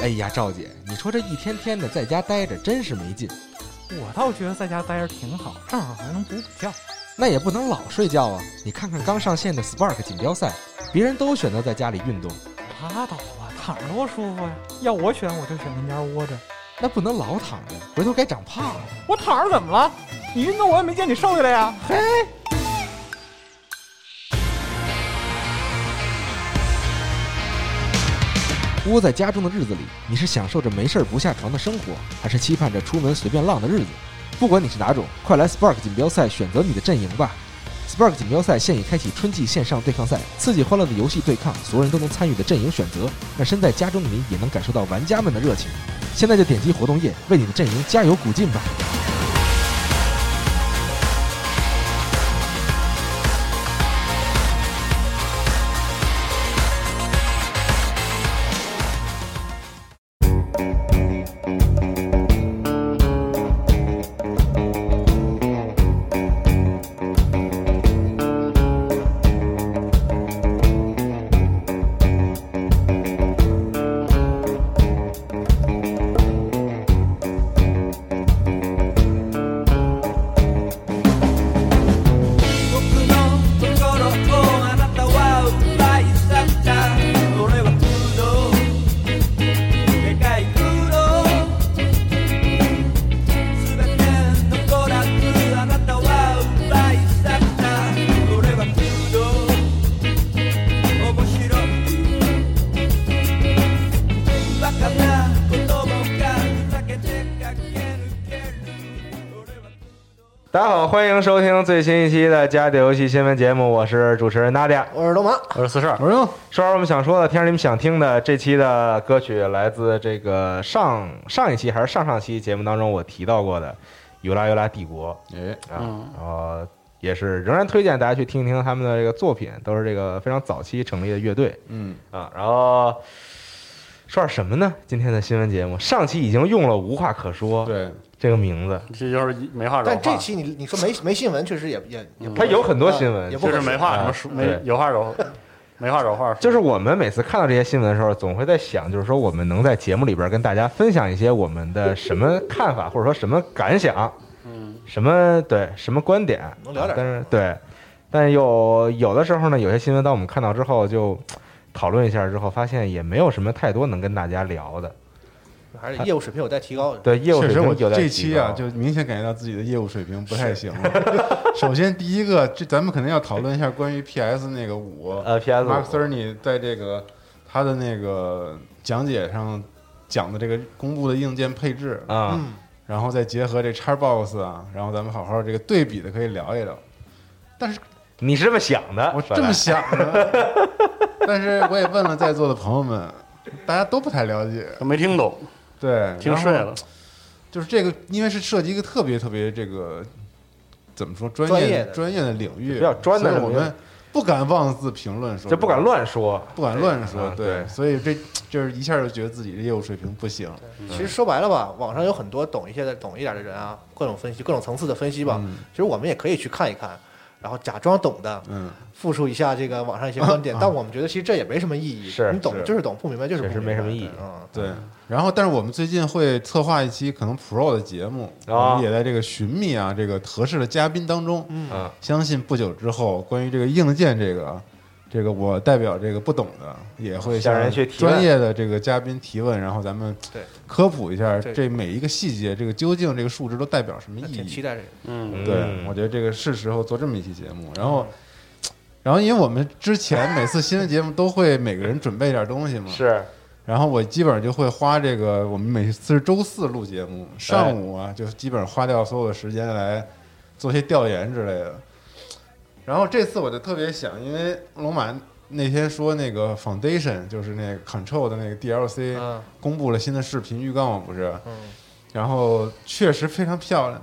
哎呀，赵姐，你说这一天天的在家待着，真是没劲。我倒觉得在家待着挺好，正好还能补补觉。那也不能老睡觉啊！你看看刚上线的 Spark 锦标赛，别人都选择在家里运动，拉倒吧，躺着多舒服呀！要我选，我就选跟家窝着。那不能老躺着，回头该长胖了。我躺着怎么了？你运动我也没见你瘦下来呀。嘿，窝在家中的日子里，你是享受着没事儿不下床的生活，还是期盼着出门随便浪的日子？不管你是哪种，快来 Spark 锦标赛选择你的阵营吧！Spark 锦标赛现已开启春季线上对抗赛，刺激欢乐的游戏对抗，所有人都能参与的阵营选择，让身在家中的你也能感受到玩家们的热情。现在就点击活动页，为你的阵营加油鼓劲吧！僕のところをあなたは奪い去ったこれは苦労でかい苦労すべて残らずあなたは奪い去ったこれは苦労面白いバカな言葉がふざけてかけるける俺は大家好，欢迎收听最新一期的《家的游戏新闻节目》，我是主持人娜迪亚。我是龙马，我是四十二，我是说说我们想说的，听着你们想听的。这期的歌曲来自这个上上一期还是上上期节目当中我提到过的《尤拉尤拉帝国》哎，啊，嗯然后也是仍然推荐大家去听一听他们的这个作品，都是这个非常早期成立的乐队嗯，啊。然后说点什么呢？今天的新闻节目，上期已经用了“无话可说”对，嗯这个名字，这就是没话找话，但这期你你说没没新闻，确实也也也嗯不它有很多新闻，啊也不就是没话什么啊对说，没有话找，没话找话，就是我们每次看到这些新闻的时候，总会在想，就是说我们能在节目里边跟大家分享一些我们的什么看法，或者说什么感想，嗯，什么对什么观点，能聊点啊但是对，但有有的时候呢，有些新闻当我们看到之后就。讨论一下之后，发现也没有什么太多能跟大家聊的。还是业务水平有待提高。对，业务确水实，平我有待这提期啊，高就明显感觉到自己的业务水平不太行了。 首先，第一个，这咱们肯定要讨论一下关于 PS 那个五，呃 PS Mark Cerny 在这个他的那个讲解上讲的这个公布的硬件配置，啊，嗯，然后再结合这 Xbox 啊，然后咱们好好这个对比的可以聊一聊。但是你是这么想的？我本这来么想的， 但是我也问了在座的朋友们，大家都不太了解，都没听懂，对，听然后睡了。就是这个，因为是涉及一个特别特别这个怎么说专专业业的专业的领域，比较专的所以我领域们不敢妄自评论说，就不敢乱说。不敢乱说，嗯对所以这就是一下就觉得自己的业务水平不行，其实说白了吧，网上有很多懂一些的、懂一点的人啊，各种分析、各种层次的分析吧。嗯其实我们也可以去看一看，然后假装懂的，嗯，复述一下这个网上一些观点。但我们觉得其实这也没什么意义，是你懂是就是懂，不明白就是不确实明白没什么意义嗯，对。然后，但是我们最近会策划一期可能 Pro 的节目，我们也在这个寻觅啊这个合适的嘉宾当中，嗯嗯，相信不久之后，关于这个硬件这个，这个我代表这个不懂的，也会向向人去提问专业的这个嘉宾提问，然后咱们对科普一下对这每一个细节，这个究竟这个数值都代表什么那意挺期义。待这个。嗯，对嗯，我觉得这个是时候做这么一期节目，然后。然后，因为我们之前每次新闻节目都会每个人准备点东西嘛，是然后我基本上就会花这个，我们每次是周四录节目，上午啊，就基本上花掉所有的时间来做些调研之类的。然后这次我就特别想，因为龙马那天说那个 Foundation 就是那个 Control 的那个 DLC、嗯公布了新的视频预告嘛，不是？嗯，然后确实非常漂亮。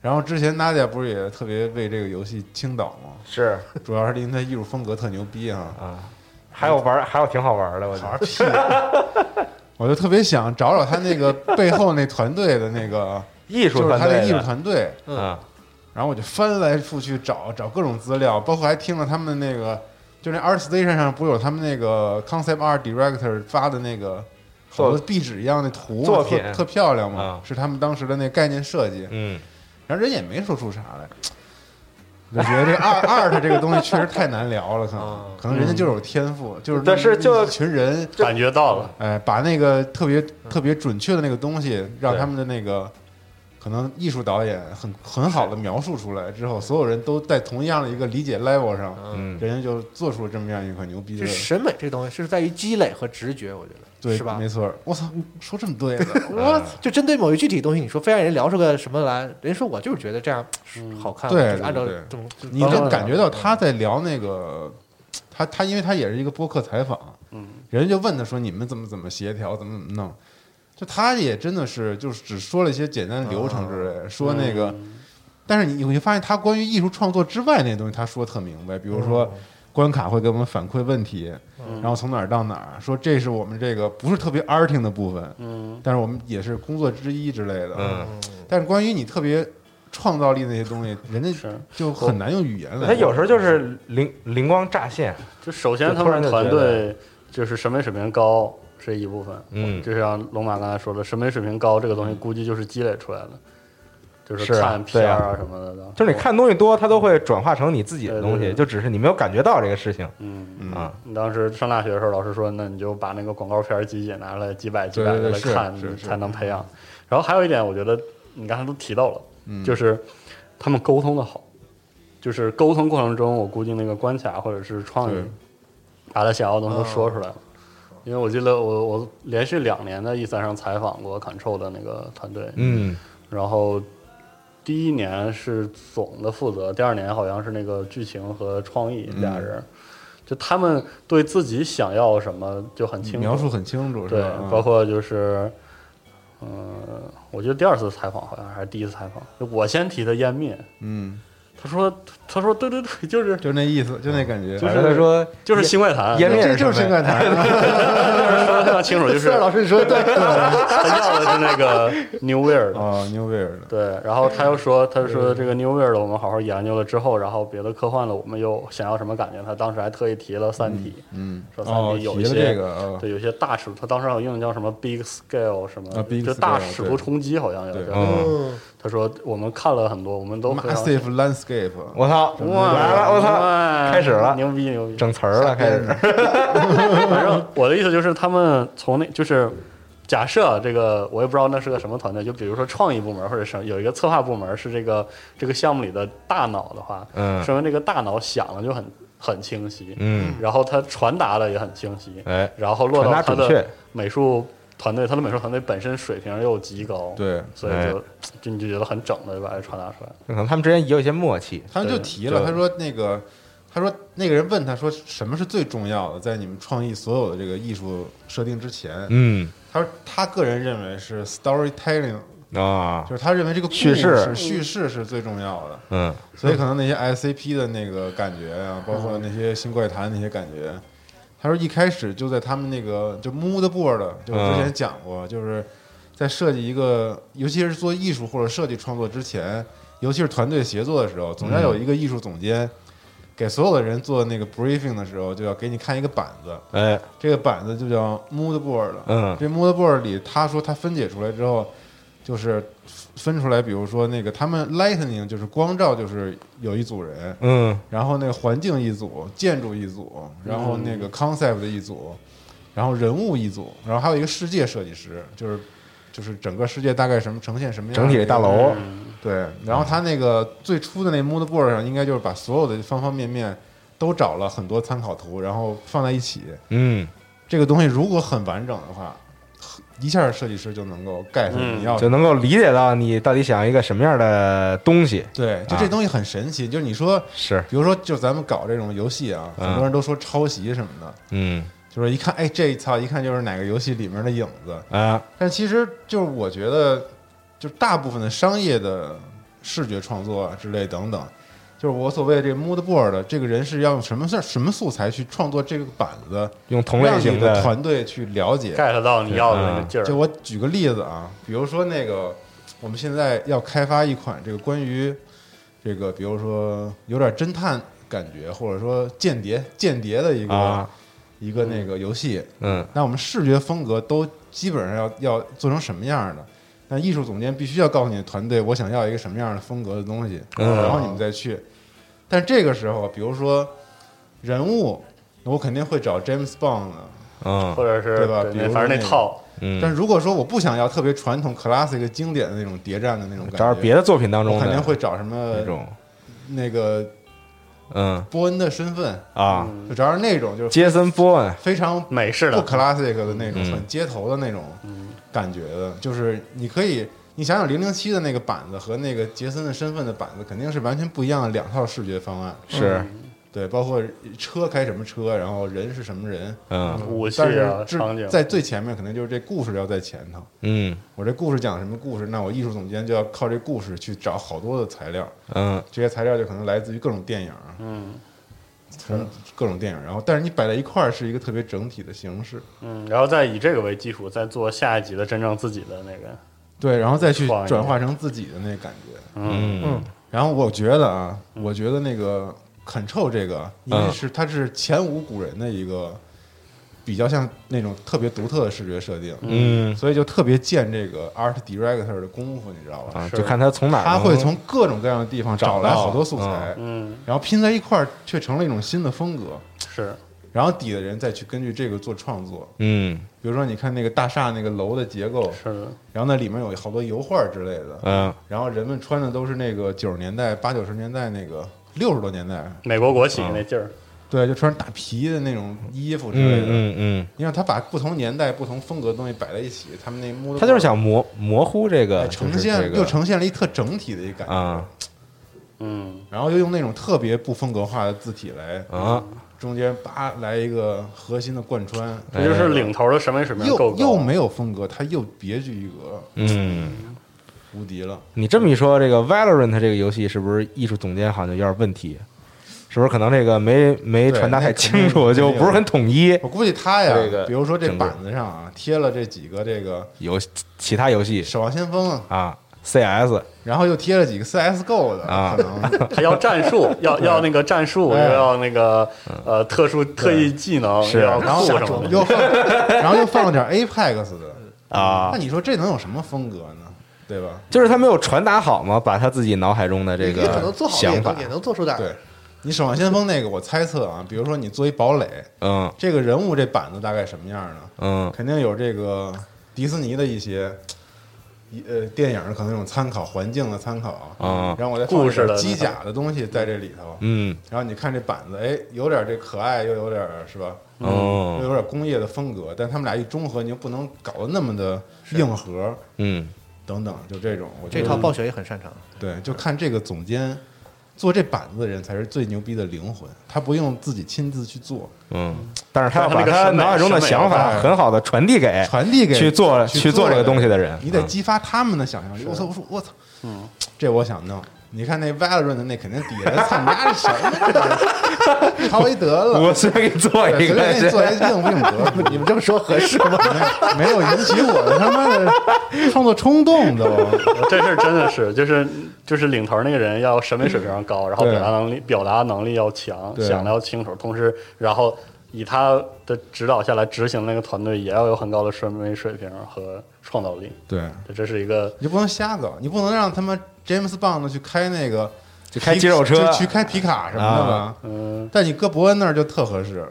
然后之前 Nadia 不是也特别为这个游戏倾倒吗？是主要是因为它艺术风格特牛逼啊。啊，还有玩，还有挺好啊玩的，我觉玩得。屁！ 我就特别想找找他那个背后那团队的 那个，艺术就是团他队的的艺术团队。嗯然后我就翻来覆去找找各种资料，包括还听了他们那个就那 ArtStation 上不有他们那个 Concept Art Director 发的那个好多作壁纸一样的图嘛作品特特漂亮嘛啊，是他们当时的那概念设计，嗯，然后人也没说出啥来。我就 觉得这个 art art 这个东西确实太难聊了，可能可能人家就是有天赋，就是啊嗯但是就一群人感觉到了，哎，把那个嗯特别特别准确的那个东西，让他们的那个可能艺术导演很很好的描述出来之后，所有人都在同样的一个理解 level 上，嗯人家就做出了这么样一款牛逼这的，审美这东西是在于积累和直觉，我觉得对，是吧没？错儿。嗯我操，说这么 对的，我就针对某一具体的东西，你说非让人聊出个什么来，人家说我就是觉得这样好看，嗯对我就是按照对对这种，你能感觉到他在聊那个，他他因为他也是一个播客采访，嗯，人家就问他说你们怎么怎么协调，怎么怎么弄，就他也真的是就是只说了一些简单的流程之类，说那个，但是你你会发现他关于艺术创作之外那东西他说得特明白，比如说。关卡会给我们反馈问题，然后从哪儿到哪儿，说这是我们这个不是特别 arting 的部分，嗯，但是我们也是工作之一之类的，嗯，但是关于你特别创造力那些东西，人家是就很难用语言来。他有时候就是灵灵光乍现，就首先他们团队就是审美水平高是一部分，嗯就像龙马刚才说的，审美水平高这个东西估计就是积累出来的，就是是啊看对 PR 啊啊什么的，然后就是你，看东西多，它都会转化成你自己的东对对西，对就只是你没有感觉到这个事情嗯。嗯啊。你当时上大学的时候，老师说，那你就把那个广告片儿集锦拿来几百几对百对的对来是看是，是才能培养。然后还有一点，我觉得你刚才都提到了，嗯就是他们沟通的好，就是沟通过程中，我估计那个关卡或者是创意对，啊把他想要的东西都说出来了。因为我记得我我连续两年在 E 三上采访过 Control 的那个团队，嗯然后第一年是总的负责，第二年好像是那个剧情和创意嗯俩人，就他们对自己想要什么就很清楚，描述很清楚，是对吧？嗯，包括就是，嗯、我记得第二次采访好像还是第一次采访，就我先提的湮灭，嗯，他说他说对对对，就是就那意思，就那感觉，就嗯反是正他说就是新怪谈，湮灭这就什是新么怪谈，说的非 常清 楚，就是老师你说的对他要的是那个 New Weird，哦，牛威尔的，对，然后他又说，他说这个 New Weird 我们好好研究了之后，然后别的科幻的我们又想要什么感觉，他当时还特意提了《三体》，嗯，说三哦，体提有了一些这个，哦对，有些大尺度，他当时好像用的叫什么 Big Scale 什么，啊，big 就大 scale，尺度对冲击好像有对叫。嗯，嗯，他说我们看了很多，我们都非常 massive landscape，我操，来了，我操，哇开始了牛逼牛逼！整词儿了，开始，嗯反正我的意思就是，他们从那就是假设这个，我也不知道那是个什么团队，就比如说创意部门或者什有一个策划部门是这个这个项目里的大脑的话，嗯说明这个大脑想的就很很清晰，嗯，然后他传达的也很清晰， 哎，然后落到传达他准确的美术团队，他的美术团队本身水平又极高，，对。所以哎就就你就觉得很整的就把它传达出来了，可能他们之间也有一些默契，他们就提了，对他说那个，他说那个人问他说什么是最重要的，在你们创意所有的这个艺术设定之前，嗯他说他个人认为是 storytelling，啊就，是他认为这个故叙事事叙事是最重要的，嗯所以可能那些 ICP 的那个感觉啊，包括那些新怪谈那些感觉，他说一开始就在他们那个就 mood board，就我之前讲嗯过，就是在设计一个，尤其是做艺术或者设计创作之前，尤其是团队协作的时候，总嗯要有一个艺术总监。给所有的人做那个 briefing 的时候，就要给你看一个板子，哎这个板子就叫 mood board 了。嗯这 mood board 里，他说他分解出来之后，就是分出来，比如说那个他们 lightning 就是光照，就是有一组人，嗯然后那个环境一组，建筑一组，然后那嗯个 concept 一组，然后人物一组，然后还有一个世界设计师，就是就是整个世界大概什么呈现什么样，整体这大楼，嗯对，然后他那个最初的那 mood board 上，应该就是把所有的方方面面都找了很多参考图，然后放在一起。嗯，这个东西如果很完整的话，一下设计师就能够 get 嗯你要就能够理解到你到底想要一个什么样的东西，对，就啊这东西很神奇。就是你说，是，比如说，就咱们搞这种游戏啊，嗯很多人都说抄袭什么的，嗯就是一看，哎，这一操，一看就是哪个游戏里面的影子。啊，但其实就是我觉得，就是大部分的商业的视觉创作啊之类等等，就是我所谓的这个 mood board，这个人是要用什么事儿、什么素材去创作这个板子，用同类让型你的的，团队去了解。 get 到你要的那个嗯劲儿，就我举个例子啊，比如说那个，我们现在要开发一款这个关于这个，比如说有点侦探感觉，或者说间谍间谍的一个、啊一个那个游戏。嗯那我们视觉风格都基本上要要做成什么样的？那艺术总监必须要告诉你的团队，我想要一个什么样的风格的东西，嗯然后你们再去。但这个时候，比如说人物，我肯定会找 James Bond 的。嗯或者是啊对吧比那如说反正那那个套，嗯，但如果说我不想要特别传统 classic 经典的那种谍战的那种感觉，找点嗯别的作品当中我的肯定会找什么那种，那个嗯波恩的身份，啊，就找点那种就是杰森·波恩，非常美式不的， classic 的那种，嗯很街头的那种感觉的，就是你可以。你想想，零零七的那个板子和那个杰森的身份的板子肯定是完全不一样的两套视觉方案，是，对，包括车开什么车，然后人是什么人，嗯武器但是啊，至场景，在最前面肯定就是这故事要在前头，嗯我这故事讲什么故事？那我艺术总监就要靠这故事去找好多的材料，嗯这些材料就可能来自于各种电影，嗯从各种电影，然后但是你摆在一块儿是一个特别整体的形式，嗯，然后再以这个为基础，再做下一集的真正自己的那个，对，然后再去创意转化成自己的那感觉。嗯嗯然后我觉得啊，我觉得那个 Control 这个，因为是它是前无古人的一个比较像那种特别独特的视觉设定，嗯所以就特别见这个 art director 的功夫，你知道吧？啊，是就看他从哪儿他能会从各种各样的地方找来找到好多素材，嗯然后拼在一块儿，却成了一种新的风格。是然后底的人再去根据这个做创作，嗯比如说你看那个大厦那个楼的结构，是的，然后那里面有好多油画之类的，嗯然后人们穿的都是那个九十年代、八九十年代那个六十多年代，美国国啊企那劲儿，对，就穿着大皮的那种衣服之类的。嗯嗯嗯，因为他把不同年代、不同风格的东西摆在一起，他们那摸他就是想模模糊这个哎呈就是现，这个又呈现了一特整体的一个感觉，啊嗯然后又用那种特别不风格化的字体来，啊中间叭来一个核心的贯穿，哎这就是领头的审美水平够哎又高，又没有风格，他又别具一格，嗯。无敌了。你这么一说，这个 Valorant 这个游戏是不是艺术总监好像有点问题？是不是可能这个没没对传达那太肯清楚，定就不是很统一？我估计他呀，这个比如说这整个板子上啊贴了这几个这个有其他游戏《守望先锋》啊，啊，CS 然后又贴了几个 CSGO 的，啊可 能还要战术， 要要那个战术，又哎嗯要那个呃特殊特异技能，是又要然后酷什么的，又放，然后又放了点 Apex E 的，啊那，你说这能有什么风格呢？对吧？就是他没有传达好嘛，把他自己脑海中的这你可能个做好了也想法能也，能做出点儿对，你《守望先锋》那个，我猜测啊，比如说你做一堡垒，嗯这个人物这板子大概什么样呢？嗯肯定有这个迪士尼的一些。一呃，电影可能有参考环境的参考，啊然后我再放故一事点的机参考甲的东西在这里头，嗯然后你看这板子，哎，有点这可爱，又有点是吧？又哦嗯有点工业的风格，但他们俩一中和，你又不能搞得那么的硬核，嗯等等，就这种。我觉这得套暴雪也很擅长，对，就看这个总监做这板子的人才是最牛逼的灵魂，他不用自己亲自去做，嗯，但是他要他那把个他审美脑海中的审美想法哎很好的传递给传递给去做去去做这个东西的人你得嗯激发他们的想象力。我操，我说我操，嗯，这我想弄。你看那 Valorant 的那肯定底下人操，妈的什么这都是超一德了，我随便给你做对一随便给你做个，一硬不 硬得，你们这么说合适吗？ 没没有引起我的他妈的创作冲 动都。这事儿真的是就是就是领头那个人要审美水平高，然后对表达能力表达能力要强，对想的要清楚，同时然后以他的指导下来执行那个团队，也要有很高的审美水平和创造力。对，这这是一个你就不能瞎搞，你不能让他妈 James Bond 去开那个就开皮肌肉车就去开皮卡什么的吧。啊嗯但你搁伯恩那儿就特合适，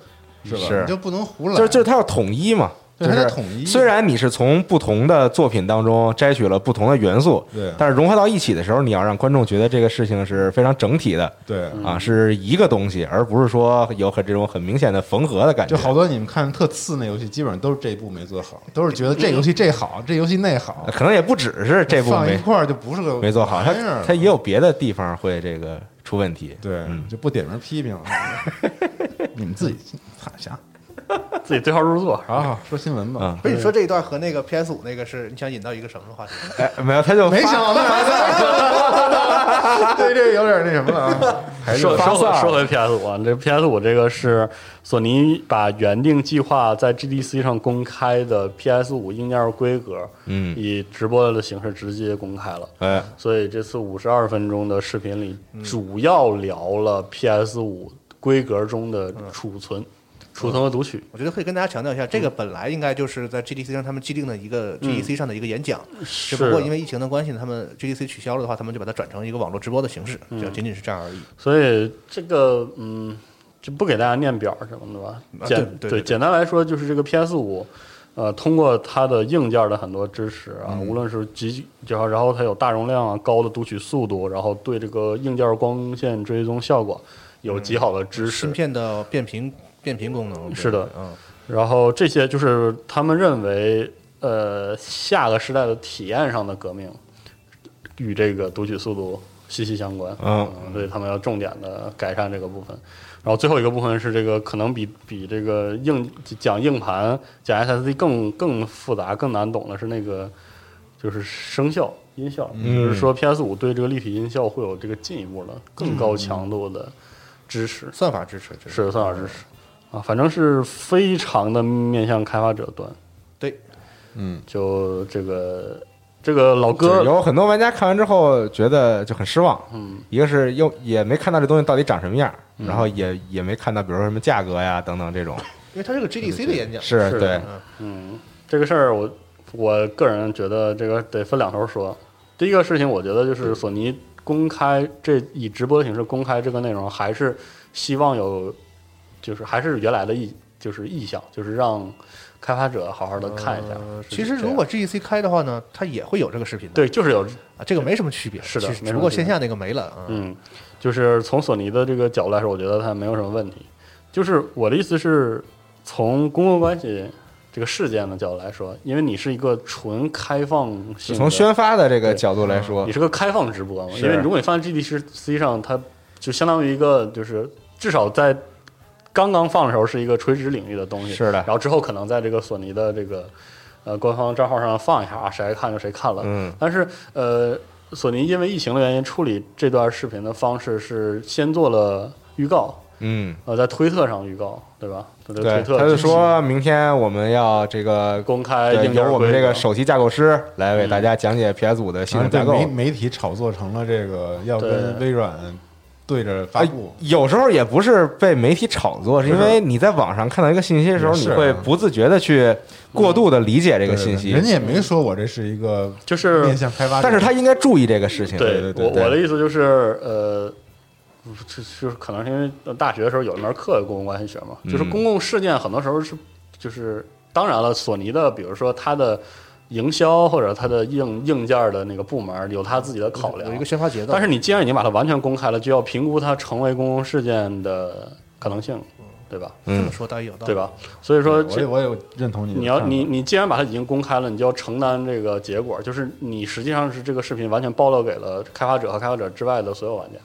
是吧？是你就不能胡来，就是就是他要统一嘛，就对他是得统一。虽然你是从不同的作品当中摘取了不同的元素，对但是融合到一起的时候，你要让观众觉得这个事情是非常整体的对，啊，是一个东西，而不是说有很这种很明显的缝合的感觉。就好多你们看特次那游戏，基本上都是这一步没做好，都是觉得这游戏这好，这游戏那好，可能也不只是这部放一没块儿就不是个没做好，它玩意儿了它也有别的地方会这个出问题。对，嗯就不点名 批评了，你们自己看啥？自己对号入座。好好说新闻吧啊，不是你说这一段和那个 PS 五那个是你想引到一个什么话题？ 哎，没有，他就没想到，对这有点那什么了啊。还说热说发回散说回 PS 五啊，这 PS 五这个是索尼把原定计划在 GDC 上公开的 PS 五硬件规格，嗯以直播的形式直接公开了。哎，所以这次五十二分钟的视频里，嗯主要聊了 PS 五规格中的储嗯存、储存和读取。我觉得可以跟大家强调一下，这个本来应该就是在 GDC 上他们既定的一个 GDC 上的一个演讲，只嗯是不过的因为疫情的关系呢，他们 GDC 取消了的话，他们就把它转成一个网络直播的形式，嗯就仅仅是这样而已。所以这个嗯，就不给大家念表什么的吧。啊简、对对对简单来说就是这个 PS 五，呃，通过它的硬件的很多支持啊，嗯无论是极然后然后它有大容量啊、高的读取速度，然后对这个硬件光线追踪效果有极好的支持。嗯芯片的变频变频功能是的，嗯，然后这些就是他们认为，呃，下个时代的体验上的革命与这个读取速度息息相关。嗯所以他们要重点的改善这个部分。然后最后一个部分是这个可能比比这个硬讲硬盘讲 SSD 更更复杂、更难懂的是那个就是声效音效，就是说 PS 五对这个立体音效会有这个进一步的更高强度的支持。算法支持这是算法支持啊，反正是非常的面向开发者端。对，嗯，就这个这个老就是哥，有很多玩家看完之后觉得就很失望，嗯，一个是又也没看到这东西到底长什么样，然后也也没看到，比如说什么价格呀等等这 种，因为它是个 GDC 的演讲，是是对，嗯，这个事儿我我个人觉得这个得分两头说。第一个事情，我觉得就是索尼公开这以直播的形式公开这个内容，还是希望有，就是还是原来的意，就是意向，就是让开发者好好的看一下。呃是其实这样如果 GDC 开的话呢，它也会有这个视频的，对，就是有啊，这个没什么区别，是的其实没只什么不过区线别下那个没了啊。嗯，就是从索尼的这个角度来说，我觉得它没有什么问题。就是我的意思是，从公共关系这个事件的角度来说，因为你是一个纯开放就性的，从宣发的这个对啊角度来说你，是个开放直播嘛，是因为如果你放在 GDC 上，它就相当于一个就是至少在刚刚放的时候是一个垂直领域的东西，是的然后之后可能在这个索尼的这个呃官方账号上放一下啊，谁爱看就谁看了，嗯，但是呃，索尼因为疫情的原因，处理这段视频的方式是先做了预告，嗯，呃，在推特上预告，对吧？在这个对推，特他就说明天我们要这个。公开对硬件由我们规这格嗯个首席架构师来为大家讲解 PS 五的系然后统架被啊构。媒媒体炒作成了这个要跟对微软对着发啊布，，有时候也不是被媒体炒作，是因为你在网上看到一个信息的时候，也你是啊会不自觉的去过度的理解这这个信息人。家也没说我这是一个就是面向开发者，但是他应该注意这个事情。对对对对我我的意思就是，呃，就就是可能是因为大学的时候有一门课公共关系学嘛，嗯就是公共事件很多时候是就是当然了，索尼的比如说它的营销或者它的硬硬件的那个部门有它自己的考量，有一个宣发节嗯奏，但是你既然已经把它完全公开了，就要评估它成为公共事件的可能性，对吧？这么说倒也有道理，嗯对？吧？所以嗯说我这也。我也认同你的你要看法你你既然把它已经公开了，你就要承担这个结果，就是你实际上是这个视频完全暴露给了开发者和开发者之外的所有玩家，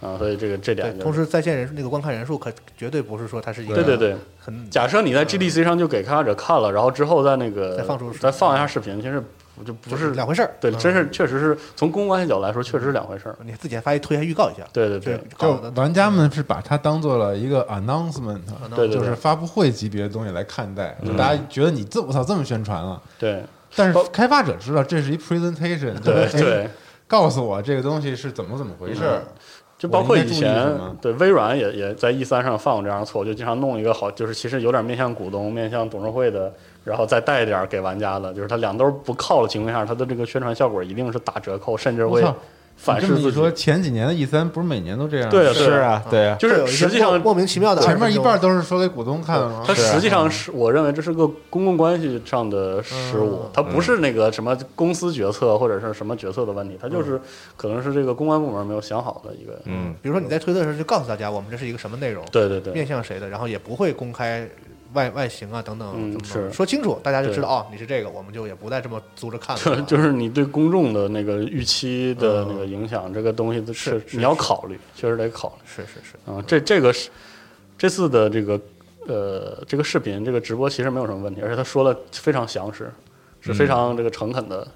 啊，所以这个这对点，就同是时在线人数那个观看人数可绝对不是说它是一个对对对。很假设你在 GDC 上就给开发者看了，然后之后在那个嗯再放出再放一下视频，其实不就不是两回事儿，对，嗯真是确实是从公关角度来说，确实是两回事儿。你自己还发一推还预告一下，对对对，这就搞的玩家们是把它当做了一个 announcement，可能对对对就是发布会级别的东西来看待，就大家觉得你这我操这么宣传了，对但是包开发者知道这是一 presentation，对就是哎对，告诉我这个东西是怎么怎么回事儿，就包括以我应该前注意什么对微软也也在 E 三上犯过这样的错，就经常弄一个好，就是其实有点面向股东、面向董事会的，然后再带一点儿给玩家的，就是它两兜不靠的情况下，它的这个宣传效果一定是打折扣，甚至我会操反噬你这么自一说，己。前几年的 E 三不是每年都这样吗？对是啊，对啊，就会有是一些实际莫上，莫名其妙的啊前面一半20分钟都是说给股东看的吗它？是啊实际上是我认为这是个公共关系上的失误，嗯它不是那个什么公司决策或者是什么决策的问题，它嗯就是可能是这个公关部门没有想好的一个。嗯，比如说你在推特的时候就告诉大家我们这是一个什么内容，对对对，面向谁的，然后也不会公开外外形啊等等，嗯怎么是说清楚，大家就对知道哦，你是这个，我们就也不再这么租着看就 了，啊就是你对公众的那个预期的那个影响，这个东西都是是是你要考虑，确实得考虑是是是，啊。这这个是这次的这个呃这个视频这个直播其实没有什么问题，而且他说了非常详实，是非常这个诚恳的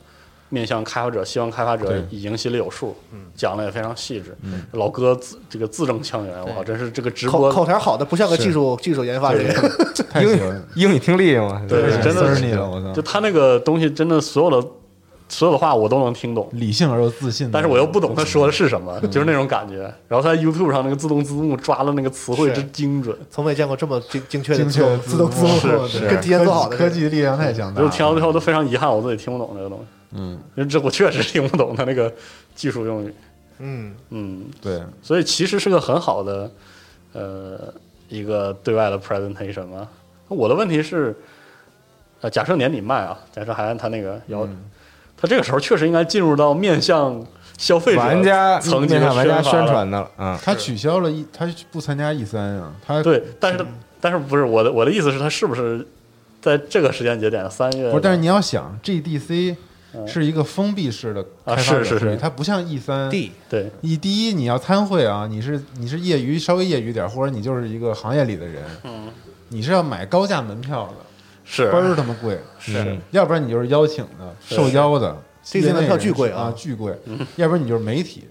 面向开发者，希望开发者对已经心里有数，讲的也非常细致。老哥字这个字正腔圆，我靠，真是这个直口播口条好的不像个技术技术研发人员， 太英喜语欢英语听力嘛，对太真的是 discerny 了，我操就！他那个东西，真的所有的所有的话我都能听懂，理性而又自信的，但是我又不懂他说的是什么，嗯就是那种感觉。然后他在 YouTube 上那个自动字幕抓的那个词汇是之精准，从没见过这么精精确的精自确的动自动字幕，是跟提前做好的科技科技力量太强大啊就了，听到最后都非常遗憾，我自己听不懂这个东西。嗯，因为这我确实听不懂他那个技术用语。嗯，嗯，对，所以其实是个很好的呃一个对外的 presentation 啊。我的问题是，呃，假设年底卖啊，假设还按他那个要，嗯他这个时候确实应该进入到面向消费者玩家层级面的向玩家宣发了。传的了，嗯，他取消了一，他不参加 E 三啊，他对，但是但是不是我的我的意思是，他是不是在这个时间节点三月不是，但是你要想 GDC 是一个封闭式的啊开发者是是会议是它不像 E 三。地对你第一，你要参会啊，你是你是业余，稍微业余点儿，或者你就是一个行业里的人，嗯，你是要买高价门票的，是倍儿他妈贵，是要不然你就是嗯邀请的、是受邀的，这次门票巨贵业内啊人士啊，巨贵，要不然你就是媒体。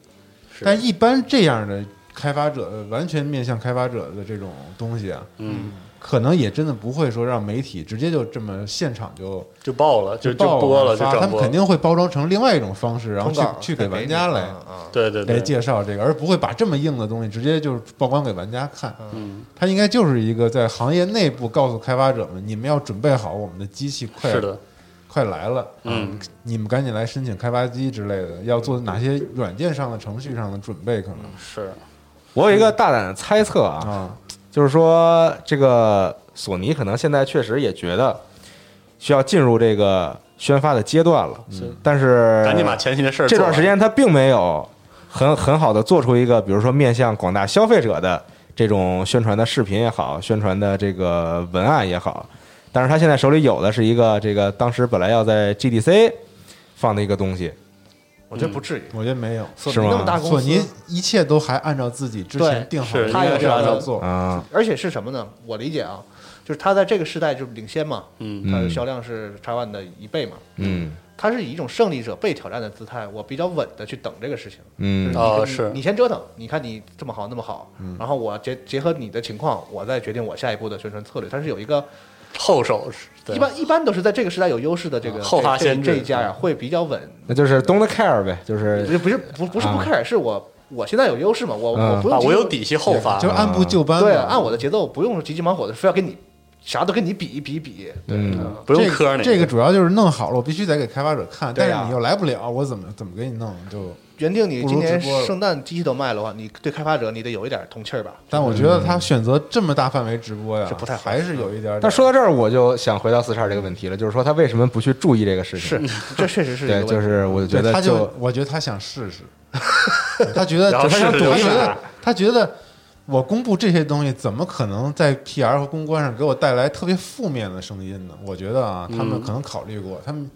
但一般这样的开发者，呃完全面向开发者的这种东西啊，嗯可能也真的不会说让媒体直接就这么现场就就爆了就就爆播了就发他转们播肯定会包装成另外一种方式，然后通去稿去给玩家来啊啊对对来对介绍这个，而不会把这么硬的东西直接就是曝光给玩家看。嗯它应该就是一个在行业内部告诉开发者们，你们要准备好我们的机器快是的快来了，啊嗯，你们赶紧来申请开发机之类的，要做哪些软件上的、程序上的准备？可能嗯嗯是我有一个大胆的猜测啊，啊，就是说这个索尼可能现在确实也觉得需要进入这个宣发的阶段了，是但呃是赶紧把前期的事儿这做段完时间它并没有很很好的做出一个，比如说面向广大消费者的这种宣传的视频也好，宣传的这个文案也好，但是他现在手里有的是一个这个当时本来要在 GDC 放的一个东西，我觉得不至于，我觉得没有。索是尼吗那么大公索司，尼一切都还按照自己之前对定好是的应该这是样按照做，啊，而且是什么呢？我理解啊，就是它在这个时代就是领先嘛，嗯它的销量是 x One 的一倍嘛，嗯它是以一种胜利者被挑战的姿态，我比较稳的去等这个事情。嗯就哦你是你先折腾，你看你这么好那么好，然后我结结合你的情况，我再决定我下一步的宣传策略。它是有一个后手是对啊一般一般都是在这个时代有优势的这个后发这这先至嗯这一家呀，会比较稳。那就是 don't care 呗，就是不是不是不不是不啊 care，是我我现在有优势嘛，我嗯我不啊，用急我有底气后发就，是按部就班的。对，按我的节奏，不用急急忙火的，非要跟你啥都跟你比一比一比。对，嗯不用这个磕你这个主要就是弄好了，我必须得给开发者看，对但啊是你又来不了，我怎么怎么给你弄？就，原定你今年不如直播了圣诞机器都卖了的话，你对开发者你得有一点通气 儿吧？但我觉嗯得他选择这么大范围直播呀，这不太好还是有一点儿。但说到这儿，我就想回到四十二这个问题了，就是说他为什么不去注意这个事情？是，这确实是一对，个问题。就是我觉得他就就我觉得他想 试试，他觉得然他后试想试就他试觉了得他觉得我公布这些东西，怎么可能在 PR 和公关上给我带来特别负面的声音呢？我觉得啊，他嗯们可能考虑过，他们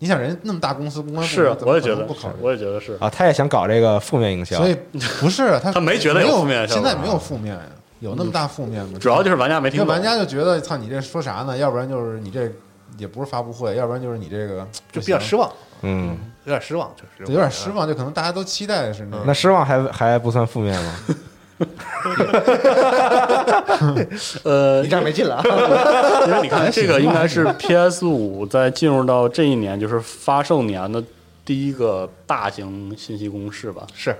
你想人家那么大公司公关部是门，怎么我也觉可能得不考，虑。我也觉得是，啊，他也想搞这个负面营销，所以不是他他没觉得有有负面效现果啊在没有负面呀，有那么大负面吗？主要就是玩家没听那懂，玩家就觉得操你这说啥呢？要不然就是你这也不是发布会，要不然就是你这个就比较失望，嗯，有点失望，确实有点啊失。望，就可能大家都期待的是嗯那那失望还还不算负面吗？呃，你这样没劲了啊！因为你看这个应啊该是 PS 五在进入到这一年就是发售年的第一个大型信息公示吧。是，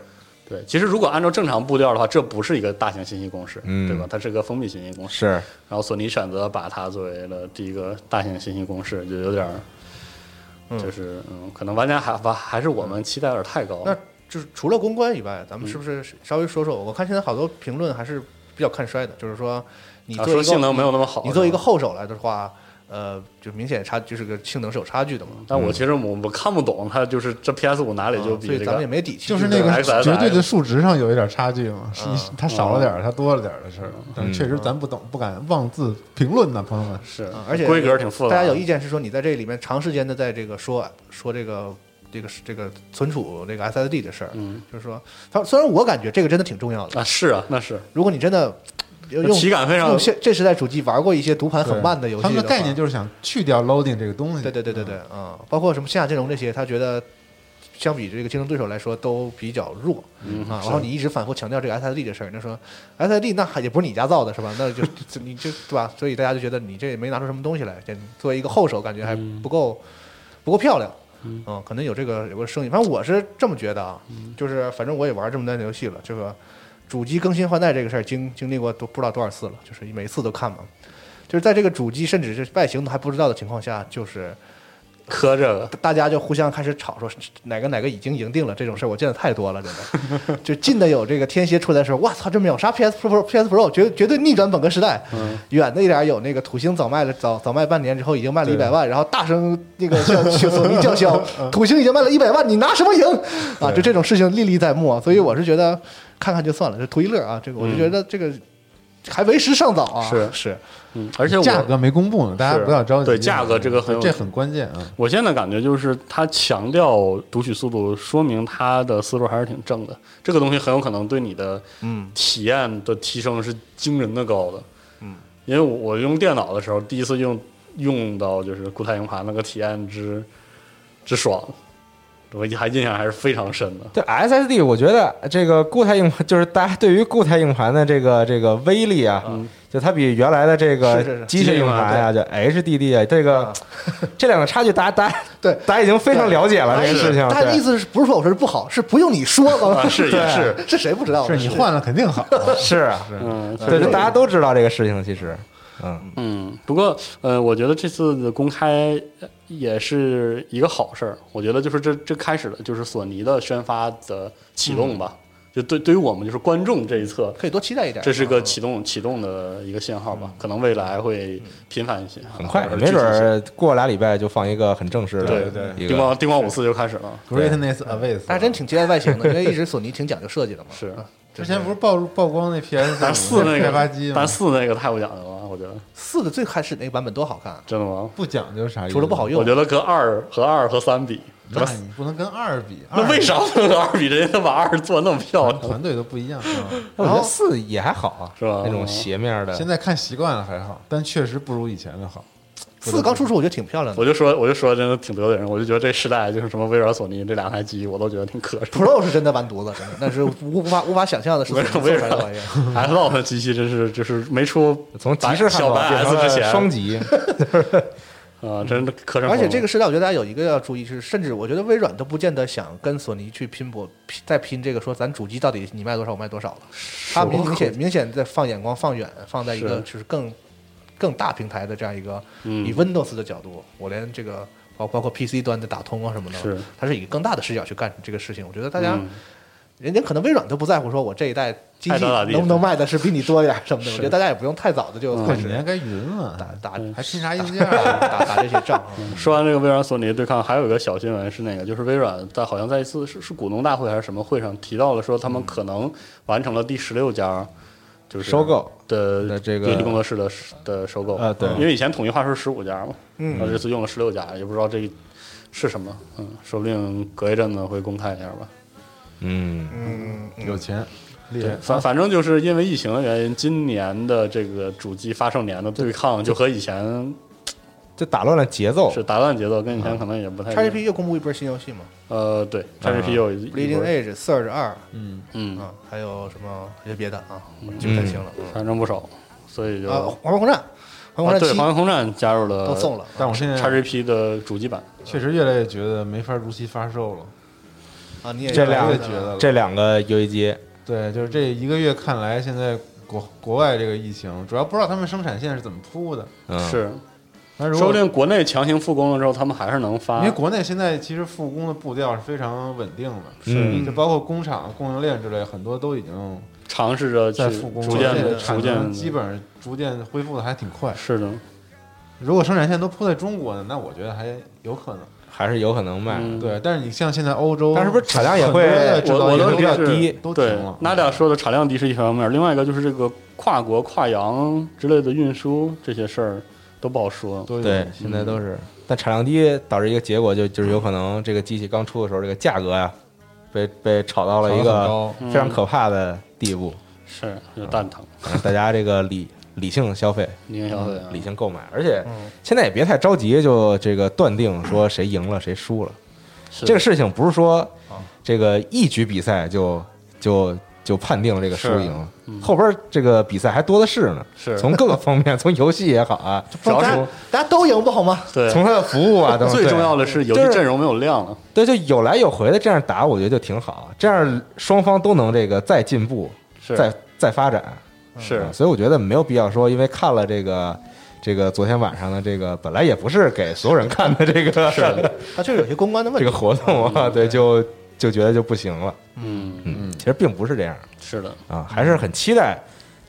对，其实如果按照正常步调的话，这不是一个大型信息公示，嗯对吧？它是个封闭信息公示。是，然后索尼选择把它作为了第一个大型信息公示，就有点儿，就是嗯，可能玩家还还还是我们期待有点太高 那了。就是除了公关以外，咱们是不是稍微说说？我看现在好多评论还是比较看衰的，就是说你啊做一说个性能没有那么好，你做一个是吧，后手来的话，呃，就明显差，就是个性能是有差距的嘛。但我其实我我看不懂它就是这 PS 五哪里就啊比所以这咱们也个没底气，就是那就是个 XXX 绝对的数值上有一点差距嘛，是嗯它少了点儿，它多了点儿的事儿。嗯但是确实咱不懂，不敢妄自评论呐，朋友们。是啊，而且嗯规格挺复杂大的，家有意见是说你在这里面长时间的在这个说说这个这个这个存储这个 SSD 的事儿，嗯就是说，他虽然我感觉这个真的挺重要的，啊，是啊，那是如果你真的用体感非常用现这时代主机玩过一些读盘很慢的游戏他话，们的概念就是想去掉 loading 这个东西。嗯对对对对对，嗯啊，包括什么夏阵容这些，他觉得相比这个竞争对手来说都比较弱嗯啊。然后你一直反复强调这个 SSD 这事儿，那说 SSD 那还也不是你家造的是吧？ 那就就你就对吧？所以大家就觉得你这也没拿出什么东西来，这作为一个后手，感觉还嗯不够不够漂亮。嗯嗯，可能有这个有个声音，反正我是这么觉得啊，就是反正我也玩这么多年游戏了，这个主机更新换代这个事儿经经历过都不知道多少次了，就是每次都看嘛，就是在这个主机甚至是外形都还不知道的情况下，就是磕这个，大家就互相开始吵说哪个哪个已经赢定了这种事儿，我见的太多了，真的。 就近的有这个天蝎出来的时候，哇操，这秒杀 PS Pro PS Pro 绝绝对逆转本格时代。嗯，远的一点有那个土星早卖了早早卖半年之后已经卖了一百万，然后大声那个向向索尼叫 嚣， 土星已经卖了一百万，你拿什么赢啊？就这种事情历历在目啊，所以我是觉得看看就算了，就图一乐啊。这个我就觉得这个还为时尚早啊，是是，嗯，而且我价格没公布呢，大家不要着急。嗯对价格这个很有这很关键啊。我现在感觉就是它强调读取速度，说明它的思路还是挺正的。这个东西很有可能对你的嗯体验的提升是惊人的高的。嗯，因为我我用电脑的时候，第一次用用到就是固态硬盘那个体验之之爽，我还印象还是非常深的。对 SSD，我觉得这个固态硬盘就是大家对于固态硬盘的这个这个威力啊，嗯就它比原来的这是是个是机械硬盘啊，就 HDD 啊，这个啊这两个差距，大家大家对大家已经非常了解了这个事情。他的意对，思是不是说我说是不好，是不用你说，咱啊们是也是这谁不知道？是你换了肯定好，是啊，嗯，确对，实就大家都知道这个事情，其实，嗯，嗯，不过呃，我觉得这次的公开呃也是一个好事儿。我觉得就是这这开始了，就是索尼的宣发的启动吧。就对对于我们就是观众这一侧，可以多期待一点。这是个嗯启动启动的一个信号吧。可能未来会频繁一些，很快，嗯或者没是嗯具体准一些儿过俩礼拜就放一个很正式的，对对一叮个咣叮咣五四就开始了。 Greatness awaits。大家真挺期待外形 的，因为一直索尼挺讲究设计的嘛。是，之前不是曝曝光那 PS 但四那开发个机，吗但？四那个太不讲究了，我觉得四的最开始那个版本多好看啊，真的吗？不讲究啥意思？除了不好用，我觉得跟二和二和三比，那你不能跟二比，那二为啥不能和二比？人家把二做那么漂亮，团队都不一样。是吧我觉得四也还好啊，是吧那种斜面的，现在看习惯了还好，但确实不如以前的好。四刚出时候我觉得挺漂亮的我就说，我就说，真的挺得罪人。我就觉得这时代就是什么微软、索尼这两台机，我都觉得挺可耻。 ，Pro 是真的完犊子，真的那是无无法无法想象的是索微尼做软出微来软的玩意儿。 Xbox 的机器真是就是没出从白集市汉小堡白变成 S 之了前双极，啊，真的磕上。而且这个时代，我觉得大家有一个要注意是，甚至我觉得微软都不见得想跟索尼去拼搏，拼再拼这个说咱主机到底你卖多少，我卖多少了。它 明明显明显在放眼光放远，放在一个就是更更大平台的这样一个以嗯 Windows 的角度，我连这个包包括 PC 端的打通啊什么的，是它是以更大的视角去干这个事情。我觉得大家、嗯人家可能微软都不在乎，说我这一代机爱器咋咋地能不能卖的是比你多一点儿什么的。我是觉得大家也不用太早的就嗯开你始应该云了，打打还拼啥 硬件啊？打打这些仗。啊 说完这个微软、索尼对抗，还有一个小新闻是那个，就是微软在好像在一次是是股东大会还是什么会上提到了，说他们可能完成了第十六家就是收购的的这个游戏工作室的的收购呃对因为以前统一话说是十五家嘛，嗯，然后这次用了十六家，也不知道这是什么，嗯，说不定隔一阵子会公开一下吧。嗯，有钱，厉对害，。反反正就是因为疫情的原因，今年的这个主机发售年的对抗就和以前就打乱了节奏，是打乱节奏，跟以前可能也不太一样。 XGP 又公布一波新游戏嘛呃，对，XGP 啊有一一，Bleeding 波 Edge、Surge 二嗯，嗯，啊，还有什么一些别的啊，我记不太清了。反正不少，所以就啊，环环空战，环啊空战对，七防空空战加入了都送了，啊但我现在 XGP 的主机版，确实越来越觉得没法如期发售了，啊，你也这越俩来个越觉得了。这两个游戏机，对，就是这一个月看来，现在国国外这个疫情，主要不知道他们生产线是怎么铺的。嗯，是那如说不果定国内强行复工了之后，他们还是能发因为。国内现在其实复工的步调是非常稳定的，嗯就包括工厂、供应链之类，很多都已经尝试着去在复工了，逐渐现的、在逐产渐能地基本上逐渐恢复的还挺快。是的，如果生产线都铺在中国呢，那我觉得还有可能。还是有可能卖。嗯，对，但是你像现在欧洲，但是不是产量也会很多的制我造我业都都比较低都停对了。，那俩说的产量低是一方面，另外一个就是这个跨国跨洋之类的运输这些事儿都不好说。都有对，现在都是，但产量低导致一个结果就就是有可能这个机器刚出的时候，这个价格呀、被被炒到了一炒得很个高非常可怕的地步。是有蛋疼，反正大家这个理理性消费，营销费啊理性购买，而且现在也别太着急，就这个断定说谁赢了谁输了。是这个事情不是说这个一局比赛就就就判定了这个输赢，后边这个比赛还多的是呢。是从各个方面，从游戏也好啊，不主要是大从家大家都赢不好吗？对，从他的服务啊等等，最对重要的是游就戏是阵容没有亮了，对，就有来有回的这样打，我觉得就挺好。这样双方都能这个再进步，是再再发展。是嗯所以我觉得没有必要说，因为看了这个这个昨天晚上的这个，本来也不是给所有人看的这个它确实有些公关的 问这题个。活动啊，对，就就觉得就不行了。嗯，嗯，其实并不是这样是的，啊，还是很期待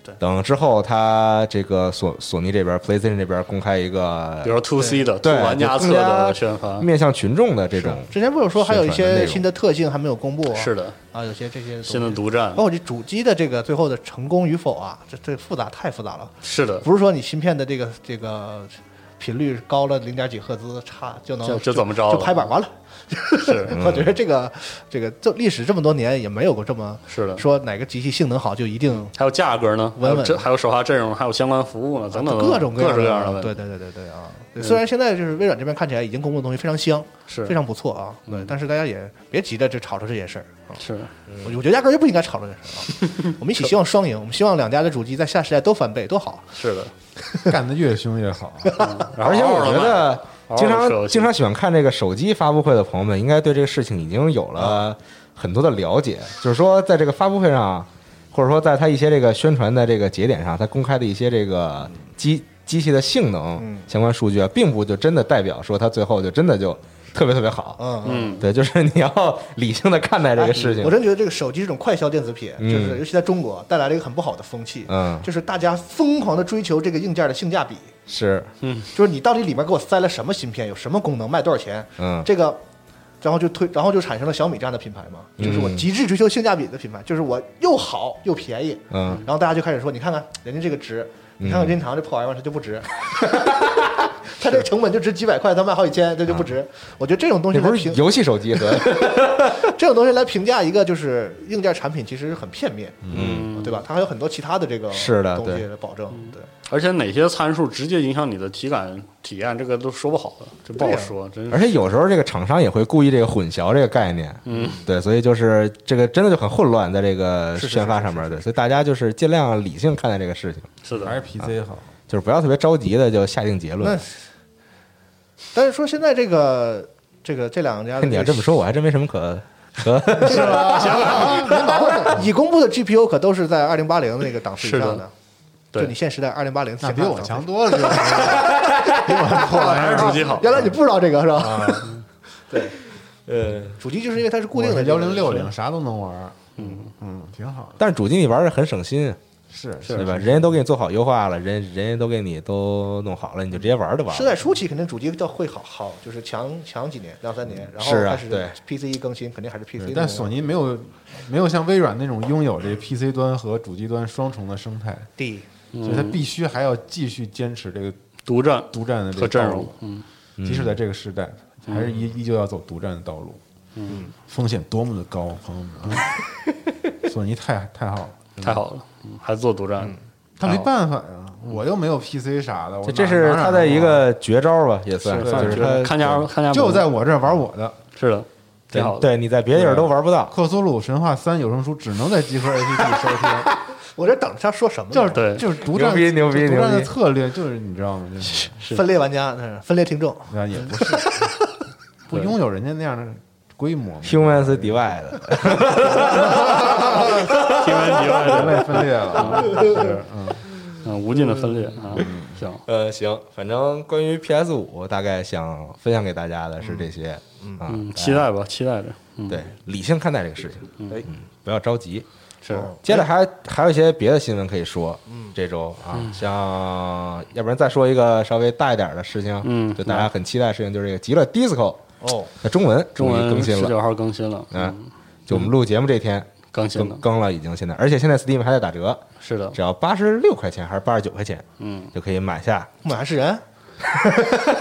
对。等之后，他这个索索尼这边、PlayStation 这边公开一个比如说 To C 的 To 对玩家侧就更加的宣发，面向群众的这种，之前不是说还有一宣传的内些容新的特性还没有公布？是的，啊，有些这些东西新的独占包，括这主机的这个最后的成功与否啊，这这复杂太复杂了，是的，不是说你芯片的这个这个频率高了零点几赫兹差就能就就怎么着了就拍板完了。是 我觉得这个这个这历史这么多年也没有过这么是的说哪个机器性能好就一定还有价格呢，还稳有稳这还有首发阵容，还有相关服务呢，等等等等各种各式各样样的问题嗯对对对对对啊！对虽然现在就是微软这边看起来已经公布的东西非常香，是嗯非常不错啊，对，但是大家也别急着就吵吵这些事儿啊。是我我觉得压根儿就不应该吵这件事 儿啊！我们一起希望双赢，我们希望两家的主机在下时代都翻倍，多好！啊是的，干 得越凶越好。而且我觉得，哦哦经嗷嗷地卖常经常喜欢看这个手机发布会的朋友们，应该对这个事情已经有啊了很多的了解。就是说，在这个发布会上，或者说在它一些这个宣传的这个节点上，它公开的一些这个机机器的性能嗯相关数据啊，并不就真的代表说它最后就真的就特别特别好。嗯嗯，对，就是你要理性的看待这个事情啊我。真觉得这个手机这种快消电子品，嗯就是尤其在中国带来了一个很不好的风气，嗯就是大家疯狂的追求这个硬件的性价比，是，就是你到底里面给我塞了什么芯片，有什么功能，卖多少钱，嗯这个。然后就推，然后就产生了小米这样的品牌嘛，就是我嗯极致追求性价比的品牌，就是我又好又便宜，嗯，然后大家就开始说，你看看人家这个值，你看看任天堂这破玩意儿它就不 值，它这个成本就值几百块，它卖好几千，这就不值。我觉得这种东西这嗯来不是评，游戏手机和这种东西来评价一个就是硬件产品，其实很片面，嗯对吧？它还有很多其他的这个是的东西对来保证，对。而且哪些参数直接影响你的体感体验，这个都说不好的，这不好说，真是而且有时候这个厂商也会故意这个混淆这个概念，嗯，对，所以就是这个真的就很混乱，在这个是是宣发上面，对，所以大家就是尽量理性看待这个事情，是还的是，PC 好，就是不要特别着急的就下定结论那。但是说现在这个这个这两家，你要这么说，我还真没什么可可 已公布的 GPU 可都是在二零八零那个档次以是的上的，对就你现时代二零八零，那比我强多了，这个 比我破玩意还儿是主机好，原来你不知道这个是吧？啊！ 主机就是因为它是固定的幺零六零，啥都能玩儿，嗯，嗯，挺好的。但是主机你玩的很省心，是是对吧？人家都给你做好优化了，人人家都给你都弄好了，你就直接玩就完时了。代初期肯定主机要会好好，就是强强几年，两三年，嗯然后是啊开始对 PC 一更新，肯定还是 PC 对那种。但索尼没有没有像微软那种拥有这 PC 端和主机端双重的生态， D 所以它嗯必须还要继续坚持这个独占独占的这和个阵道容路，，嗯，即使在这个时代，还是嗯依依旧要走独占的道路。嗯，风险多么的高，朋友 们啊！索尼太太好了，太好了，嗯，还做独占，他没办法呀，我又没有 PC 啥的，我这哪这是他的一。哪哪个绝招吧，也算，嗯是就是是他看家看家有就在我这儿玩我的是的，挺好的，对，你在别的地儿都玩不到。《克苏鲁神话三》有声书，只能在集合 APP 收听。 我这等着他说什么呢？就 是对就是独牛占逼牛逼就独占牛的逼策略就是你知道吗？就是分裂玩家，嗯分裂听众。啊也不是 不拥有人家那样的规模嘛， Humans Divide，听完题人外 类分裂了。 是嗯，嗯，无尽的分裂啊，行，呃，行，反正关于 PS 五，大概想分享给大家的是这些，啊，嗯，大家期待吧，期待着，嗯，对，理性看待这个事情，哎，不要着急。哦是接着还还有一些别的新闻可以说，这周啊，像要不然再说一个稍微大一点的事情，嗯就大家很期待的事情，就是这个《极乐 DISCO》哦，的中文终中于文更十新了，九号更新了，嗯，嗯，就我们录节目这天更新更了，更了，已经现在，而且现在 Steam 还在打折，是的只，要八十六块钱还是八十九块钱嗯，就可以买下，我还是哎人，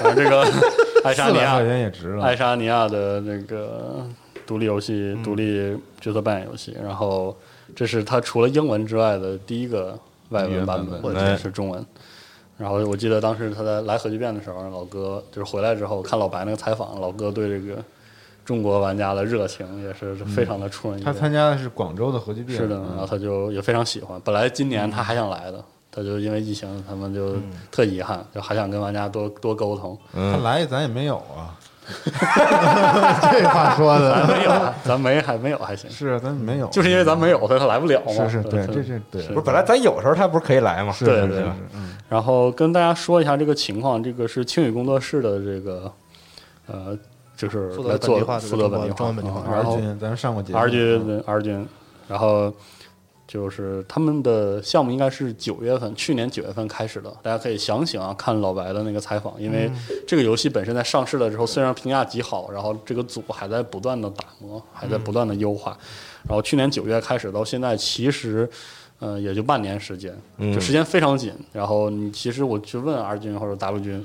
反正这个爱沙四尼百亚块钱也值了爱。沙嗯尼亚的那个独立游戏、独立角色扮演游戏，然后这是它除了英文之外的第一个外语文言版版本，本或者是中文。然后我记得当时他在来核聚变的时候，老哥就是回来之后看老白那个采访，老哥对这个中国玩家的热情也是非常的出人意嗯他料。参加的是广州的核聚变，是的，啊然后嗯他就也非常喜欢。本来今年他还想来的，他就因为疫情，他们就嗯特遗憾，就还想跟玩家多多沟通。他来咱也没有 啊，这话说的，咱没啊有， 咱没还没有还行，是啊咱没有，就是因为咱没有，所以他来不了嘛。是是对，这这对是不是本来咱有时候他不是可以来吗？是对是对是对嗯然后跟大家说一下这个情况，这个是青宇工作室的这个呃，就是负责来本地做化负责本地中文本地化嗯然，R 后君，咱们上过节目嗯 R 嗯君 R 君，然后就是他们的项目应该是九月份，去年九月份开始的，大家可以详情啊看老白的那个采访，因为嗯这个游戏本身在上市了之后，虽然评价极好，然后这个组还在不断的打磨，还在不断的优嗯化，然后去年九月开始到现在，其实。呃，也就半年时间，嗯就时间非常紧。然后你其实我去问 R 君或者 W 君，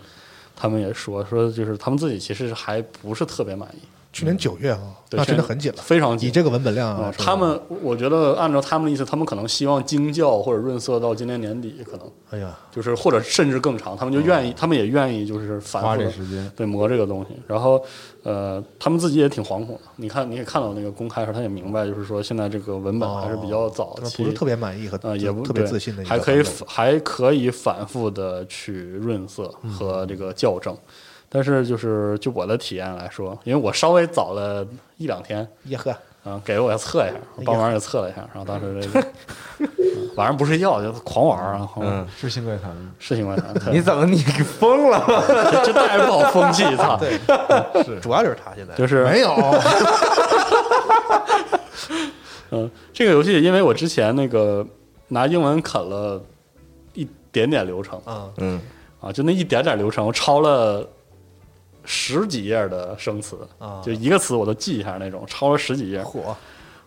他们也说说就是他们自己其实还不是特别满意，去年九月啊，对那去年真的很紧了。非常紧以。这个文本量啊啊，，他们我觉得按照他们的意思，他们可能希望精教或者润色到今年年底，可能哎呀，就是或者甚至更长，他们就愿意，嗯他们也愿意就是反花复这地时间，对磨这个东西。然后呃，他们自己也挺惶恐的。你看，你也看到那个公开的时候，他也明白，就是说现在这个文本还是比较早嗯他们期，不是特别满意和呃，也不特别对自信的一个还版可本，以反还可以反复的去润色嗯和这个校正。但是就是就我的体验来说，因为我稍微早了一两天，耶呵，啊，给我也测一下，哎我帮忙也测了一下，然后当时这 个嗯晚上不睡觉就狂玩啊，嗯，是新怪谈吗？事 情怪谈，你怎么你疯了？这这带着不好风气，操， 主要就是他现在就是哎没 有，嗯，这个游戏因为我之前那个拿英文啃了一点点流程啊，嗯啊，就那一点点流程，我抄了十几页的生词啊就一个词我都记一下那种，抄了十几页，火，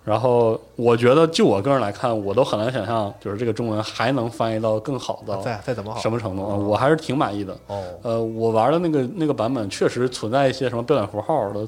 然后我觉得就我个人来看，我都很难想象，就是这个中文还能翻译到更好的、再再怎么好什么程度啊？我还是挺满意的。哦呃，我玩的那个那个版本确实存在一些什么标点符号的那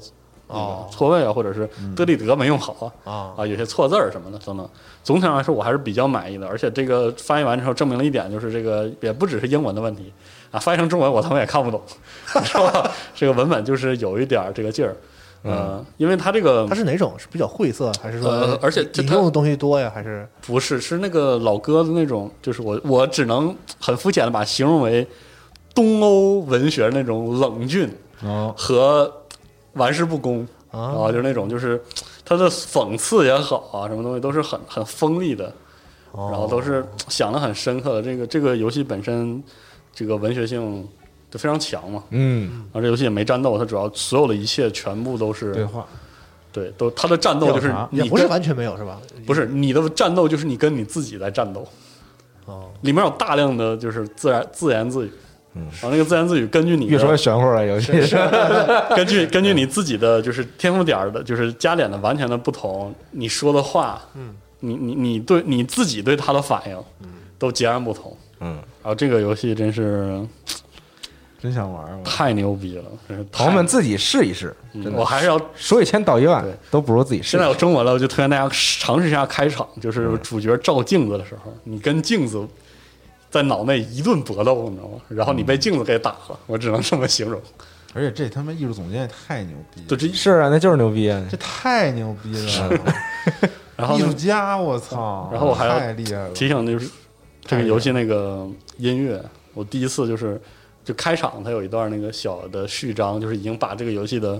哦嗯个错位啊，或者是德里德没用好啊，啊啊，有些错字儿什么的等等。总体上来说，我还是比较满意的。而且这个翻译完之后，证明了一点，就是这个也不只是英文的问题啊，翻译成中文我他妈也看不懂， 是吧？这个文本就是有一点儿这个劲儿，嗯呃，因为它这个它是哪种？是比较晦涩，还是说呃而且这引它用的东西多呀？还是不是，是那个老哥的那种，就是我我只能很肤浅的把它形容为东欧文学那种冷峻哦，和玩世不恭啊就是那种就是他的讽刺也好啊，什么东西都是很很锋利的，哦然后都是想的很深刻的。这个这个游戏本身这个文学性就非常强嘛，嗯，然后这游戏也没战斗，它主要所有的一切全部都是对话对都它的战斗就是调查你也不是跟完全没有是吧？不是你的战斗，就是你跟你自己在战斗。哦，里面有大量的就是自然自言自语，嗯，然后那个自言自语根据你的越嗯 说越玄乎了，游戏根据根据你自己的就是天赋点儿的，就是加点的完全的不同，你说的话，嗯，你你你对你自己对他的反应，嗯，都截然不同，嗯。然后这个游戏真是真想玩儿，我太牛逼了，真是朋太友们自己试一试，嗯我还是要说一千道一万对，都不如自己试现一在有试。中文了，我就推荐大家尝试一下开场，就是主角照镜子的时候，你跟镜子在脑内一顿搏斗，你知道吗？然后你被镜子给打了，我只能这么形容。而且这他妈艺术总监也太牛逼了，就这一，是啊，那就是牛逼啊！这太牛逼了，然后艺呢术家，我操！然后我还要太厉害了，提醒就是这个游戏那个音乐，我第一次就是就开场它有一段那个小的序章，就是已经把这个游戏的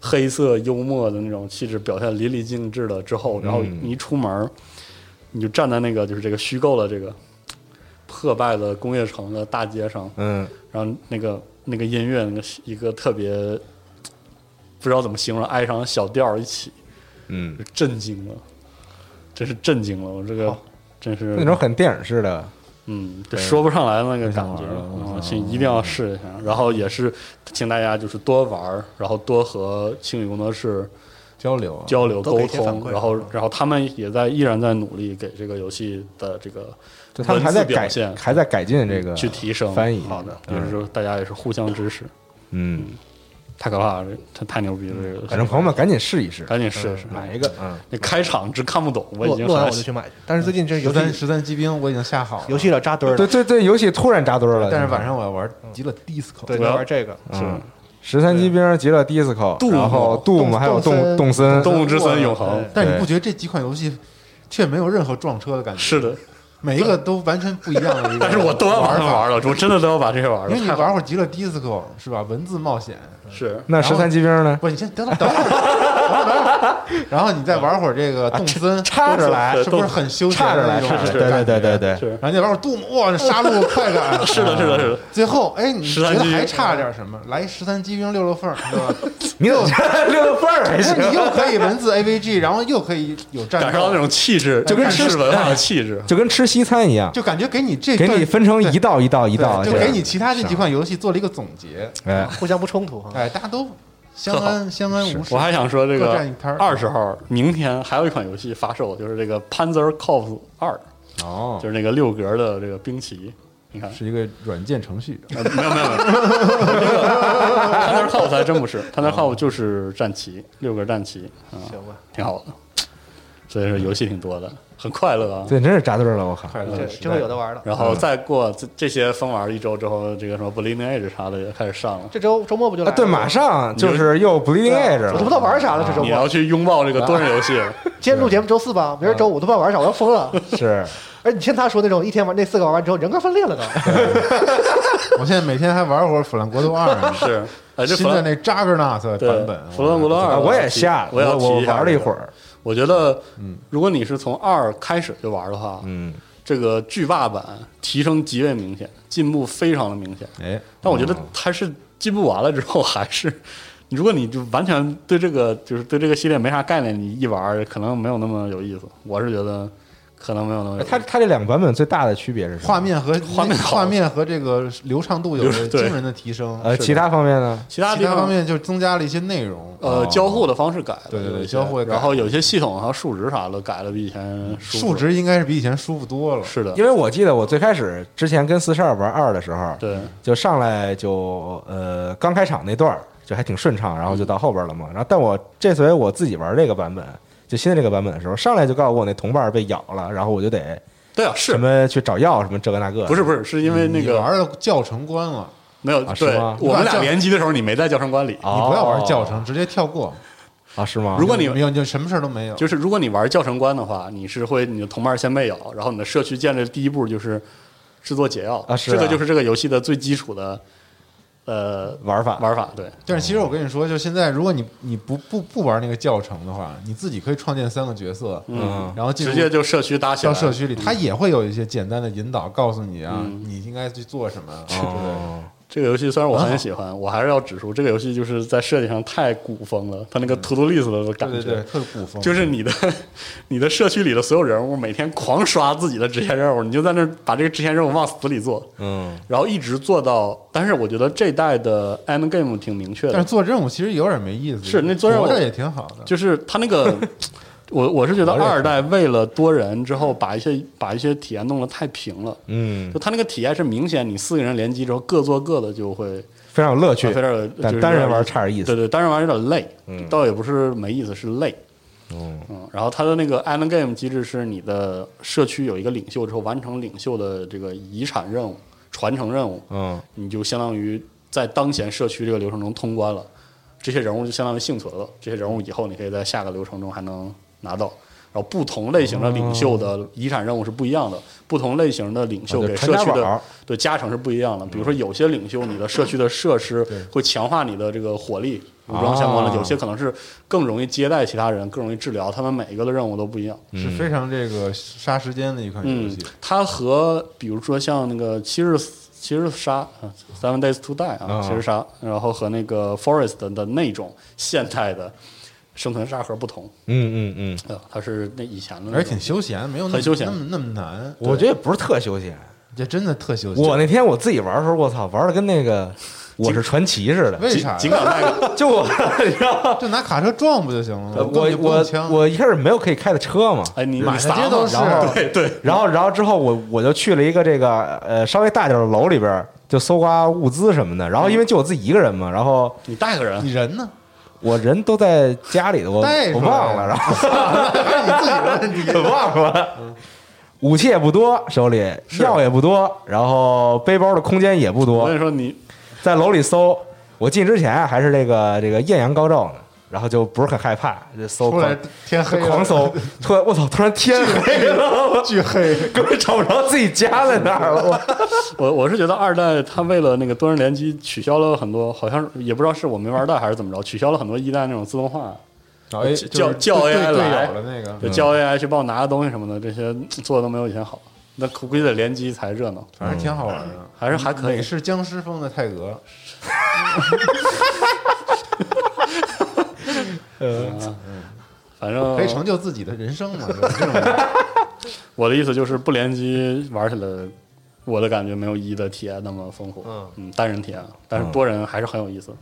黑色幽默的那种气质表现淋漓尽致了之后，然后你一出门儿，你就站在那个就是这个虚构的这个破败的工业城的大街上，嗯，然后那个那个音乐那个一个特别不知道怎么形容哀伤的小调儿一起，嗯，震惊了，真是震惊了，我这个。真是那种很电影式的，嗯，就说不上来那个太感好觉，玩了嗯我，请一定要试一下。然后也是，请大家就是多玩儿，然后多和青宇工作室交流啊，交流多给沟一些反通，馈然后嗯然后他们也在依然在努力给这个游戏的这个就他们文还字在表改现，还在改进这个去提升翻译。好的，就嗯是说大家也是互相支持。嗯，太可怕了，这太太牛逼了，这个。反正朋友们赶紧试一试，赶紧试试，买买一个，嗯，那开场之看不懂，我已落经落完很我就去买去。但是最近这游十三戏十三机兵我已经下好了，游戏有点扎堆儿对了，对对，游戏突然扎堆儿了，嗯但是晚上我要玩极乐 disco，对，我就要嗯玩这个。是十三机兵、极乐 disco， Doom 然后 Doom 还有动动动森，动物之森永恒对，但你不觉得这几款游戏却没有任何撞车的感觉？是的，每一个都完全不一样的一个。但是我都要把玩它法，玩了，我真的都要把这些玩了。因为你太好玩了会儿极乐 disco 是吧？文字冒险，是那十三机兵呢？不，你先等等等会儿，然后你再玩会儿这个动森，插着来是不是很休闲差着的那来，种是感觉？是，对对对对对，是然后你玩会儿 Doom，哇，这杀戮快感。 是的，是的，是的，最后，哎，你觉13得机还兵差点什么？来十三机兵溜溜缝儿，对吧？你怎么溜溜缝儿啊还 不是行？你又可以文字 AVG，然后又可以有战斗感受到那种气质，呃就跟日吃式文化的气质。就跟吃西餐一样，就感觉给你这给段你分成一道一道一对道，就这样给你其他这几款游戏做了一个总结。啊哎，互相不冲突哈。哎，大家都相安相安无事。我还想说，这各个占一摊儿二十号明天还有一款游戏发售，就是这个《Panzer Corps 二》，哦，就是那个六格的这个兵棋。你看，是一个软件程序，啊呃没有没有没有，Panzer Corps 还真不是，Panzer Corps 就是战旗，六格战旗啊，行吧，挺好的。所以说游戏挺多的，很快乐啊。这真是扎堆儿了，我靠！快乐这的时这代回有的玩了。嗯然后再过这这些疯玩一周之后，这个什么 b l i n Edge 啥的也开始上了。这周周末不就啊，来了对，吗马上就是又 Bleeding 啊 Edge 我都了，不知道玩啥了。这周啊你末要去拥抱这个多人游戏，今天录节目周四吧，明儿啊周五都不知道玩啥，我要疯了。 是而你听他说那种一天玩那四个玩完之后人格分裂了都，我现在每天还玩会儿《腐烂国度二》呢， 是哎，这新弗的兰那 Juggernaut 对版本，弗兰国度二啊，我也下了，我要我提一下玩了一会哎儿，我觉得，嗯如果你是从二开始就玩的话，嗯，这个巨霸版提升极为明显，进步非常的明显。哎，但我觉得它是进步完了之后，还是嗯你如果你就完全对这个就是对这个系列没啥概念，你一玩儿可能没有那么有意思。我是觉得可能没有那么有意思哎哎它它这两个版本最大的区别是什么画，面和画面好画面和这个流畅度有流了对惊人的提升。呃，是的其他方面呢？其他其地他方方面就增加了一些内容，呃，交互的方式改了，对对有对一些交互也改了然后有些系统和数值啥的改了，比以前舒服数值应该是比以前舒服多了。是的因，为我记得我最开始之前跟四十二玩二的时候，对就上来就呃刚开场那段儿就还挺顺畅，然后就到后边了嘛。然后但我这回我自己玩这个版本，就新的这个版本的时候，上来就告诉我那同伴被咬了，然后我就得对啊，是什么去找药什么这个那个。不是不是是因为那你个玩的教程关了，没有啊是对吗，我你把们 俩教联机的时候你没在教程管理，哦，你不要玩教程，直接跳过。啊？是吗？如果你啊没有，你就什么事儿都没有。就是如果你玩教程关的话，你是会你的同伴先被咬，然后你的社区建立的第一步就是制作解药啊是啊这个就是这个游戏的最基础的呃玩法玩法，对，但是其实我跟你说，就现在，如果你你不不不玩那个教程的话，你自己可以创建三个角色，嗯然后进入直接就社区搭起来到社区里，它也会有一些简单的引导，告诉你啊，嗯你应该去做什么。啊哦这个游戏虽然我很喜欢，我还是要指出这个游戏就是在设计上太古风了，它那个 to do list 的嗯对感觉，对对，特古风，就是你的你的社区里的所有人物每天狂刷自己的支线任务，你就在那儿把这个支线任务往死里做，嗯，然后一直做到。但是我觉得这代的 end game 挺明确但是的，做任务其实有点没意思。是那做任务活着也挺好的，就是他那个，我我是觉得我也二代为了多人之后，把一些把一些体验弄得太平了。嗯，就他那个体验是明显，你四个人联机之后各做各的，就会非常有乐趣啊非，常有就但是单人有点玩差点意思对对，单人玩有点累，嗯倒也不是没意思，是累。嗯嗯，然后它的那个 end game 机制是你的社区有一个领袖之后，完成领袖的这个遗产任务、传承任务，嗯你就相当于在当前社区这个流程中通关了。这些人物就相当于幸存了，这些人物以后你可以在下个流程中还能拿到。然后不同类型的领袖的遗产任务是不一样的，不同类型的领哦袖啊就给社传家区宝嗯的对加成是不一样的。比如说有些领袖，你的社区的设施会强化你的这个火力武装相关的，啊有些可能是更容易接待其他人，更容易治疗，他们每一个的任务都不一样。是非常这个杀时间的一款游嗯戏。，它和比如说像那个七日七日杀啊，Seven Days to Die 啊，啊七日杀，然后和那个 Forest 的的那种现代的生存沙盒不同，嗯嗯嗯，对吧，它是那以前的那种，而且挺休闲，没有那么很休闲那么那么难。我觉得也不是特休 闲。这真的特休闲。我那天我自己玩的时候，我操，玩的跟那 个我是传奇似的，为紧啥呀紧赶快赶就我，你知道吗？就拿卡车撞不就行呃了吗？根本我就不用我枪我一开始没有可以开的车嘛，哎，你满你撒大街嘛都是然后对对，然后然后之后我我就去了一个这个呃稍微大点的楼里边儿，就搜刮物资什么的。然后因为就我自己一个人嘛，然后你带个人你人呢？我人都在家里头，我带我出来忘了，然后你自己人，我忘 了。武器也不多，手里药也不多，然后背包的空间也不我多嗯跟，你说，你在楼里搜。我进之前啊还是这个这个艳阳高照呢，然后就不是很害怕，就搜出来天黑了狂搜，突然我操，突然 天黑了，巨黑，根本找不着自己 家在哪儿了。我我我是觉得二代它为了那个多人联机取消了很多，好像是也不知道是我没玩到还是怎么着，取消了很多一代那种自动化，然后哎叫就是叫对 AI 队来友的那个，就教 AI 去帮我拿个东西什么的，这些做的都没有以前好。那估计得联机才热闹，反正挺好玩的，还是还可以美。式僵尸风的泰格，反正可以成就自己的人生嘛，就是这种我的意思就是不联机玩起来，我的感觉没有一的体验那么丰富。嗯单人体验，但嗯是多人还是很有意思。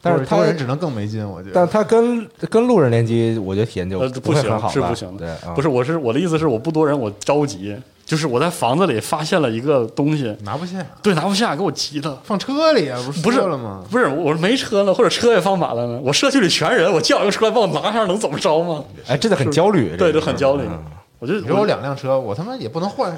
但是多他人只能更没劲，我觉但得。他跟跟路人联机，我觉得体验就呃，不不会行很好，是吧不行的。对，啊不是，我是我的意思是我不多人，我着急，就是我在房子里发现了一个东西，拿不下，对，拿不下，给我急的。放车里啊，不不是说了吗？不是，我说没车了，或者车也放满了呢。我社区里全人，我叫一个车来帮我拿一下，能怎么着吗？哎，真的很焦虑，这对，就个事儿很焦虑嗯。我就你说我两辆车，我他妈也不能换，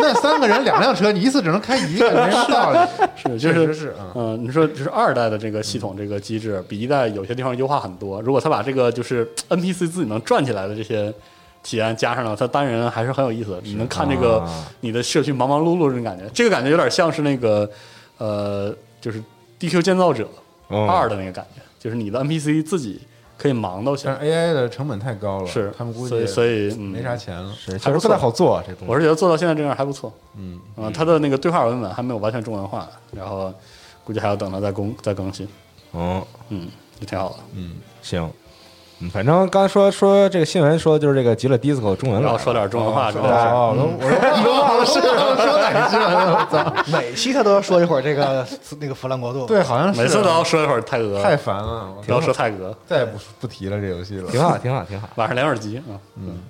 那三个人两辆车，你一次只能开一个，没啥道理。是就确是实是嗯嗯，你说就是二代的这个系统这个机制比一代有些地方优化很多。如果他把这个就是 NPC 自己能转起来的这些体验加上了，他单人还是很有意思的。你能看这个啊你的社区忙忙碌碌这种感觉，这个感觉有点像是那个呃，就是 DQ 建造者嗯哦二的那个感觉，就是你的 NPC 自己可以忙到起但来。是 AI 的成本太高了，是，哎他们估所计以所以嗯没啥钱了。是还确不实错不太好做啊这东我西。是觉得做到现在这样还不错，嗯，嗯、他的那个对话文本还没有完全中文化，然后估计还要等它再更再更新，嗯，嗯，就挺好的。行。嗯，反正刚才说说这个新闻，说就是这个极乐 disco 中文然了后说点中文话之类的。嗯哦，我都我都啊你都忘了是说哪句 了？我操！每期他都要说一会儿这个那个弗兰国度，对，好像是每次都要说一会儿泰俄，太烦了，都要说泰俄，再也不不提了这游戏了。挺好，挺好，挺好晚上两耳机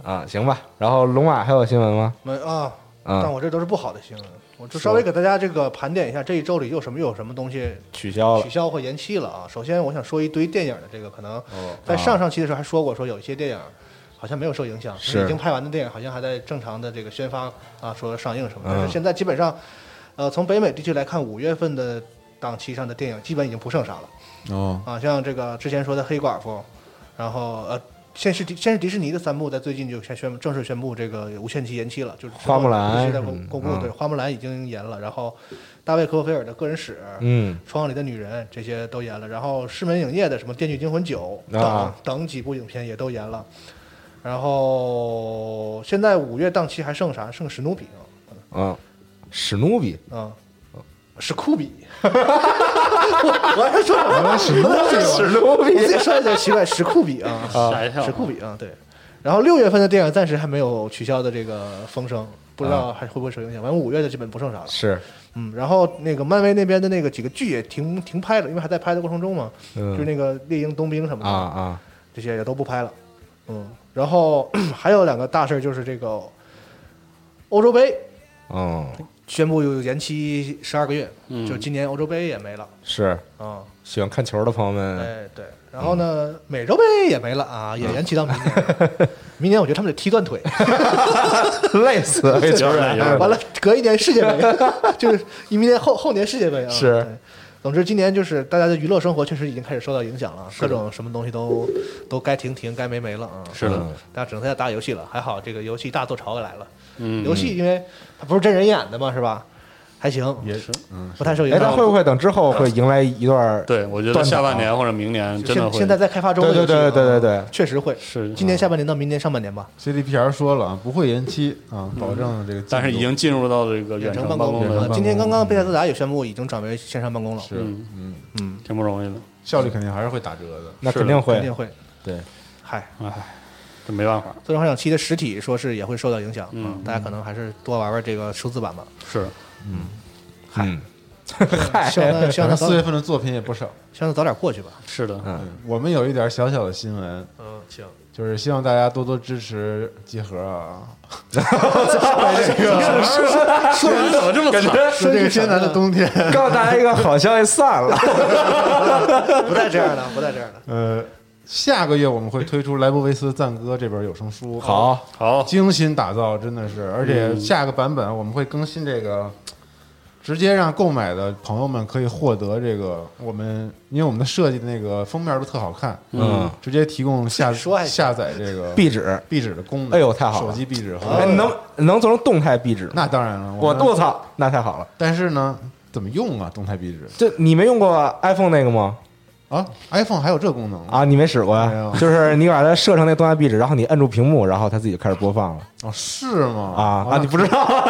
啊。啊，行吧。然后龙马还有新闻吗？没啊，但啊，我这都是不好的新闻，我就稍微给大家这个盘点一下这一周里有什么有什么东西取消了取。消或延期了啊。首先，我想说一堆电影的这个，可能啊在上上期的时候还说过，说有一些电影好像没有受影响，是已经拍完的电影好像还在正常的这个宣发啊，说上映什么的。嗯但是现在基本上，呃，从北美地区来看，五月份的档期上的电影基本已经不剩啥了哦，啊，像这个之前说的《黑寡妇》，然后呃。先是迪先是迪士尼的三部，在最近就先宣正式宣布这个无限期延期了，就是之后花木兰一直在什么公的公布嗯对，花木兰已经延了，然后大卫科菲尔的个人史，嗯， 《窗里的女人》这些都延了，然后狮门影业的什么《电锯惊魂九》等、啊等几部影片也都延了，然后现在五月档期还剩啥？剩史努比嗯，史努比啊，啊，史酷比， 我我还说什么？史努比，史努比，我自己说有点奇怪，史酷比 啊，吓一跳史酷比啊，对。然后六月份的电影暂时还没有取消的这个风声，不知道还会不会受影响。反正五月的基本不剩啥了。是，嗯，然后那个漫威那边的那个几个剧也停停拍了，因为还在拍的过程中嘛，嗯就是那个《猎鹰冬兵》什么的，啊啊，这些也都不拍了。嗯，然后 还有两个大事儿就是这个欧洲杯嗯，宣布有延期十二个月，嗯就今年欧洲杯也没了是啊、喜欢看球的朋友们，哎对，然后呢、美洲杯也没了啊，也延期到明年了。 明年我觉得他们得踢断腿，累死 了，有点啊有完点了 隔一年世界杯， 就是一明年后后年世界杯啊。是对。总之，今年就是大家的娱乐生活确实已经开始受到影响了，各种什么东西都都该停停，该没没了啊。是的，大家只能在家打游戏了。还好这个游戏大做潮也来了，嗯，游戏因为它不是真人演的嘛，是吧？还行，也是。不太受影哎，响但。会不会等之后会迎来一段儿？对，我觉得断档下半年或者明年真的现会。现在在开发中的对游戏，对对对对啊对，确实会是嗯今年下半年到明年上半年吧。 CDPR 说了啊，不会延期啊，保证这个进度。但是已经进入到这个远程办公远远程啊办了，公今天刚刚贝塞斯达也宣布已经转为线上办公了，是嗯嗯，嗯，挺不容易的，效率肯定还是会打折的。那肯定肯会定会。对，嗨，唉，这没办法。最终幻想七的实体说是也会受到影响，嗯大家可能还是多玩玩这个数字版吧。是，嗯，希望他希望反他正早四月希份的作品也不少。望他早点过去吧。是的，嗯，我们有一点小小的新闻，嗯，行，就是希望大家多多支持集合啊！突然怎么这么惨？说这个艰难的冬天，告诉大家一个好消息，散 了。不带这样的，不带这样的。呃，下个月我们会推出莱布维斯赞歌这本有声书，，好，好，精心打造，真的是，而且下个版本我们会更新这个。直接让购买的朋友们可以获得这个我们，因为我们的设计的那个封面都特好看，嗯，直接提供下说还行下载这个壁纸，壁纸的功能。哎呦太好了手机壁纸和哎，能能做成动态壁纸吗？那当然了，我们我操，那太好了！但是呢，怎么用啊？动态壁纸这你没用过 iPhone 那个吗？啊，iPhone 还有这功能？啊，你没使过没呀有？就是你把它设成那动态壁纸，然后你摁住屏幕，然后它自己就开始播放了哦，是吗？哦啊啊！你不知道，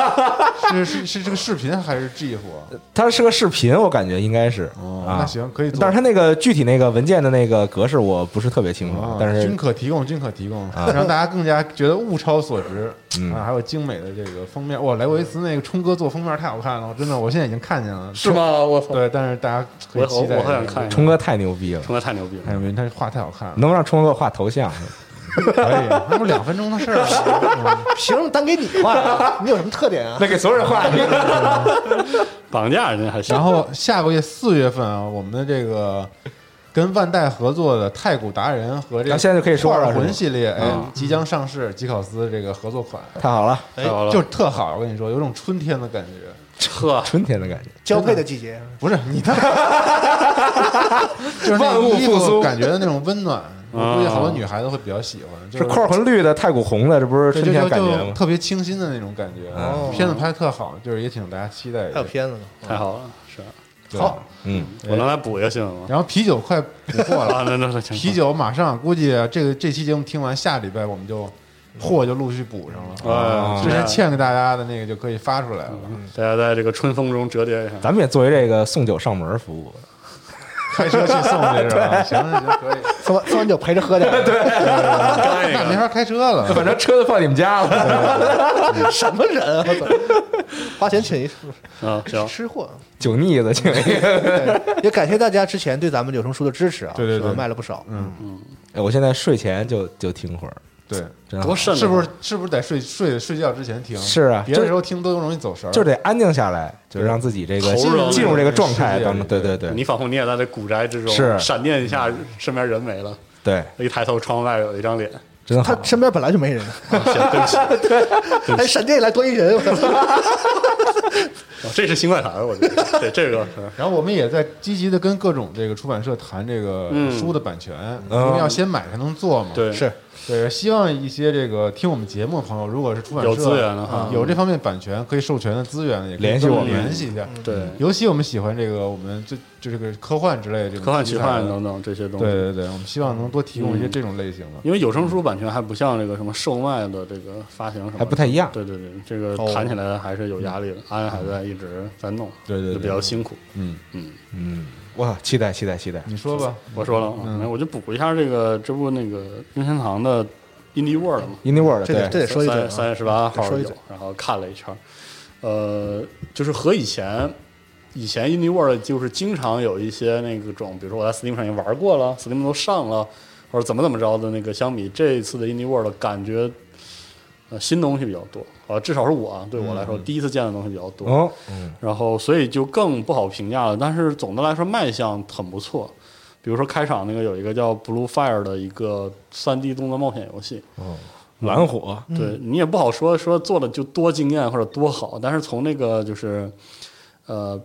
是是是这个视频还是 GIF 啊？它是个视频，我感觉应该是哦，啊那。行可以做。但是它那个具体那个文件的那个格式我不是特别清楚啊，但是均可提供，均可提供，让大家更加觉得物超所值嗯啊！还有精美的这个封面，哇，莱维斯那个冲哥做封面太好看了，我真的，我现在已经看见了。是？吗？我操，对，但是大家可我以好期待。我好想看一下，冲哥太牛逼了，冲哥太牛逼哎了，呦，他画太好看了，能让冲哥画头像，可以，那不两分钟的事儿 吗？嗯凭什么单给你画？你有什么特点啊？那给所有人画。绑架人家还行然。后下个月四月份啊，我们的这个跟万代合作的《太古达人》和这啊个现在就可以说了画是吗魂系列，哎嗯，即将上市，吉考斯这个合作款，太好了，太好了就特好，我跟你说，有种春天的感觉。呵，春天的感觉。 交配的季节，不是你看，就 是那万物衣复苏啊服感觉的那种温暖，我估计好多女孩子会比较喜欢，就是块魂绿的、太古红的，这不是对春就天就的感觉就吗？哦特别清新的那种感觉。片子拍的特好，就是也请大家期待还一下有。片子呢。太好了，是对好，嗯，我能来补一个新闻吗？然后啤酒快补 货了啊，， 那那那行啤酒马上估计这个这期节目听完，下礼拜我们就货就陆续补上嗯了。啊，之前欠欠给大家的那个就可以发出来了，嗯大家在这个春风中折叠一下。咱们也作为这个送酒上门服务，开车去送去 是吧？行行行，可以，送完送完酒陪着喝 点儿。干一那没个，法开车了。反正车都放你们家了。什么人 啊！我操，花钱请一嗯，行，吃货。酒腻子，请一个。对也感谢大家之前对咱们有声书的支持啊，对对对是吧卖了不少。嗯，哎我现在睡前就就听会儿，对，真好多瘆得慌，是不是是不是得睡睡睡觉之前听？是啊别的时候听都容易走神儿。就得安静下来，就让自己这个投入进入这个状态当世界中。里对对对你仿佛你也在这古宅之中，是闪电一下，身边人没了，对，一抬头窗外有一张脸，真好他。身边本来就没 人，对不哎，起，闪电一来多一人，我操 哦这是新怪谈，我觉得对这个是然后我们也在积极的跟各种这个出版社谈这个嗯书的版权，因为要先买才能做嘛。对是对，希望一些这个听我们节目的朋友，如果是出版社有资源的话嗯有这方面版权可以授权的资源，也可以联系跟我我们联系一下。对尤其我们喜欢这个，我们就就这个科幻之类的这种科幻、嗯题奇材幻的等。等这些东西。对对对，我们希望能多提供一些这种类型的。因为有声书版权还不像这个什么售卖的这个发行什么的还不太一样对对对，这个谈起来还是有压力的。安还在一直在弄，对对对就比较辛苦。嗯，嗯，哇，期待期待期待。你说吧，我说了啊，没有我就补一下这个这部那个任天堂的《Indie World》嘛， In the world，这得对这，得说一嘴三啊三月十八得号说一有嘴，然后看了一圈儿，呃，就是和以前以前 Indie World 就是经常有一些那个种，比如说我在 Steam 上已经玩过了，Steam 都上了，或者怎么怎么着的那个相比，这一次的 Indie World 感觉呃新东西比较多啊，至少是我啊对我来说、第一次见的东西比较多，哦，然后所以就更不好评价了。但是总的来说卖相很不错，比如说开场那个有一个叫 Blue Fire 的一个 3D 动作冒险游戏，蓝火，对你也不好说说做的就多惊艳或者多好，但是从那个就是，呃，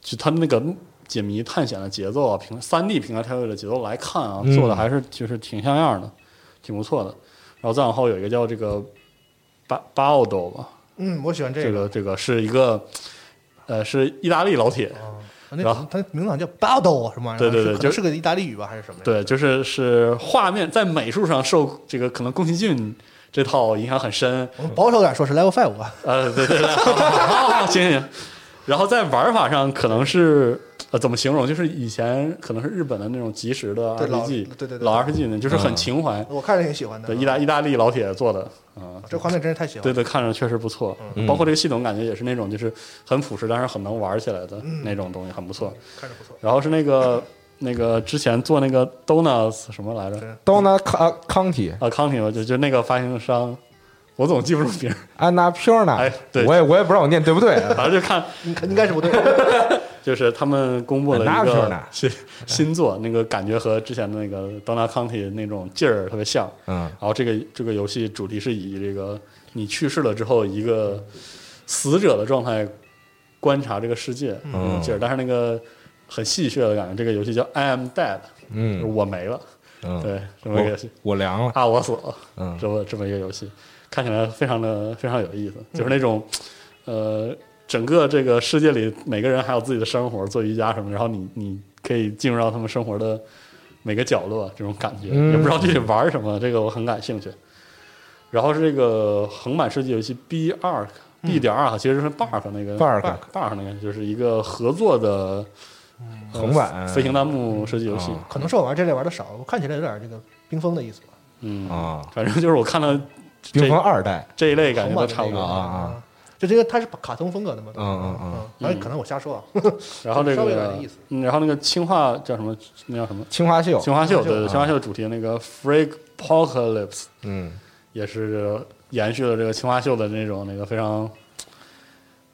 就他们那个解谜探险的节奏啊，平三 D 平台跳跃的节奏来看啊，做的还是就是挺像样的，挺不错的。然后再往后有一个叫这个巴巴奥斗吧，嗯，我喜欢这个。个这个是一个，呃，是意大利老铁，那然后他名字好像叫 Bado 什么玩意儿？对对对是就可能是个意大利语吧，还是什么？对，，就是是画面在美术上受这个可能宫崎骏这套影响很深，我们保守点说是 Level Five 吧。呃，对对对，好好好，行行。行，然后在玩法上可能是呃怎么形容？就是以前可能是日本的那种即时的对老 RPG，对对对嗯对老 RPG 呢，就是很情怀。我看着挺喜欢的。对，意大意大利老铁做的啊、这画面真是太喜欢对了。对，看着确实不错。嗯包括这个系统，感觉也是那种就是很朴实，但是很能玩起来的那种东西，很不错。嗯看着不错。然后是那个那个之前做那个 Donuts 什么来着？ Donna Ca- Conti、啊，Conti 吧就就那个发行商，我总记不住名儿， Anna Piorna，、哎对我也我也不知道我念对不啊对。反正就看应该应该是不对，就是他们公布了哪一有事儿个呢 新新作，那个感觉和之前的那个 Donna Conti 那种劲儿特别像。嗯，然后这个这个游戏主题是以这个你去世了之后一个死者的状态观察这个世界嗯那种劲儿，但是那个很戏谑的感觉。这个游戏叫 I am dead，就是嗯我没了，嗯，对，这么一个游我戏我凉了。 啊，我死了，嗯这么这么一个游戏，看起来非常的非常有意思，就是那嗯种呃，整个这个世界里每个人还有自己的生活，做瑜伽什么，然后你你可以进入到他们生活的每个角落，这种感觉，嗯也不知道具体玩什么，这个我很感兴趣。然后是这个横版射击游戏 B Arc B 点 Arc，其实是 Bark 那个嗯 Bark Bark 那个，就是一个合作的呃嗯横版飞行弹幕射击游戏，啊可能是我玩这类玩的少，我看起来有点这个冰封的意思吧。嗯，啊反正就是我看到这冰封二代，这一类感觉横都版差不多那个啊啊啊！就这个它是卡通风格的嘛？嗯嗯嗯嗯，反正可能我瞎说啊。然后这稍微有个点意思，哦嗯然后那个青化叫什么？那叫什么？青花秀，青花秀，青花秀啊对对，青花秀主题那个 Freak Apocalypse 嗯， 也是延续了这个青花秀的那种那个非常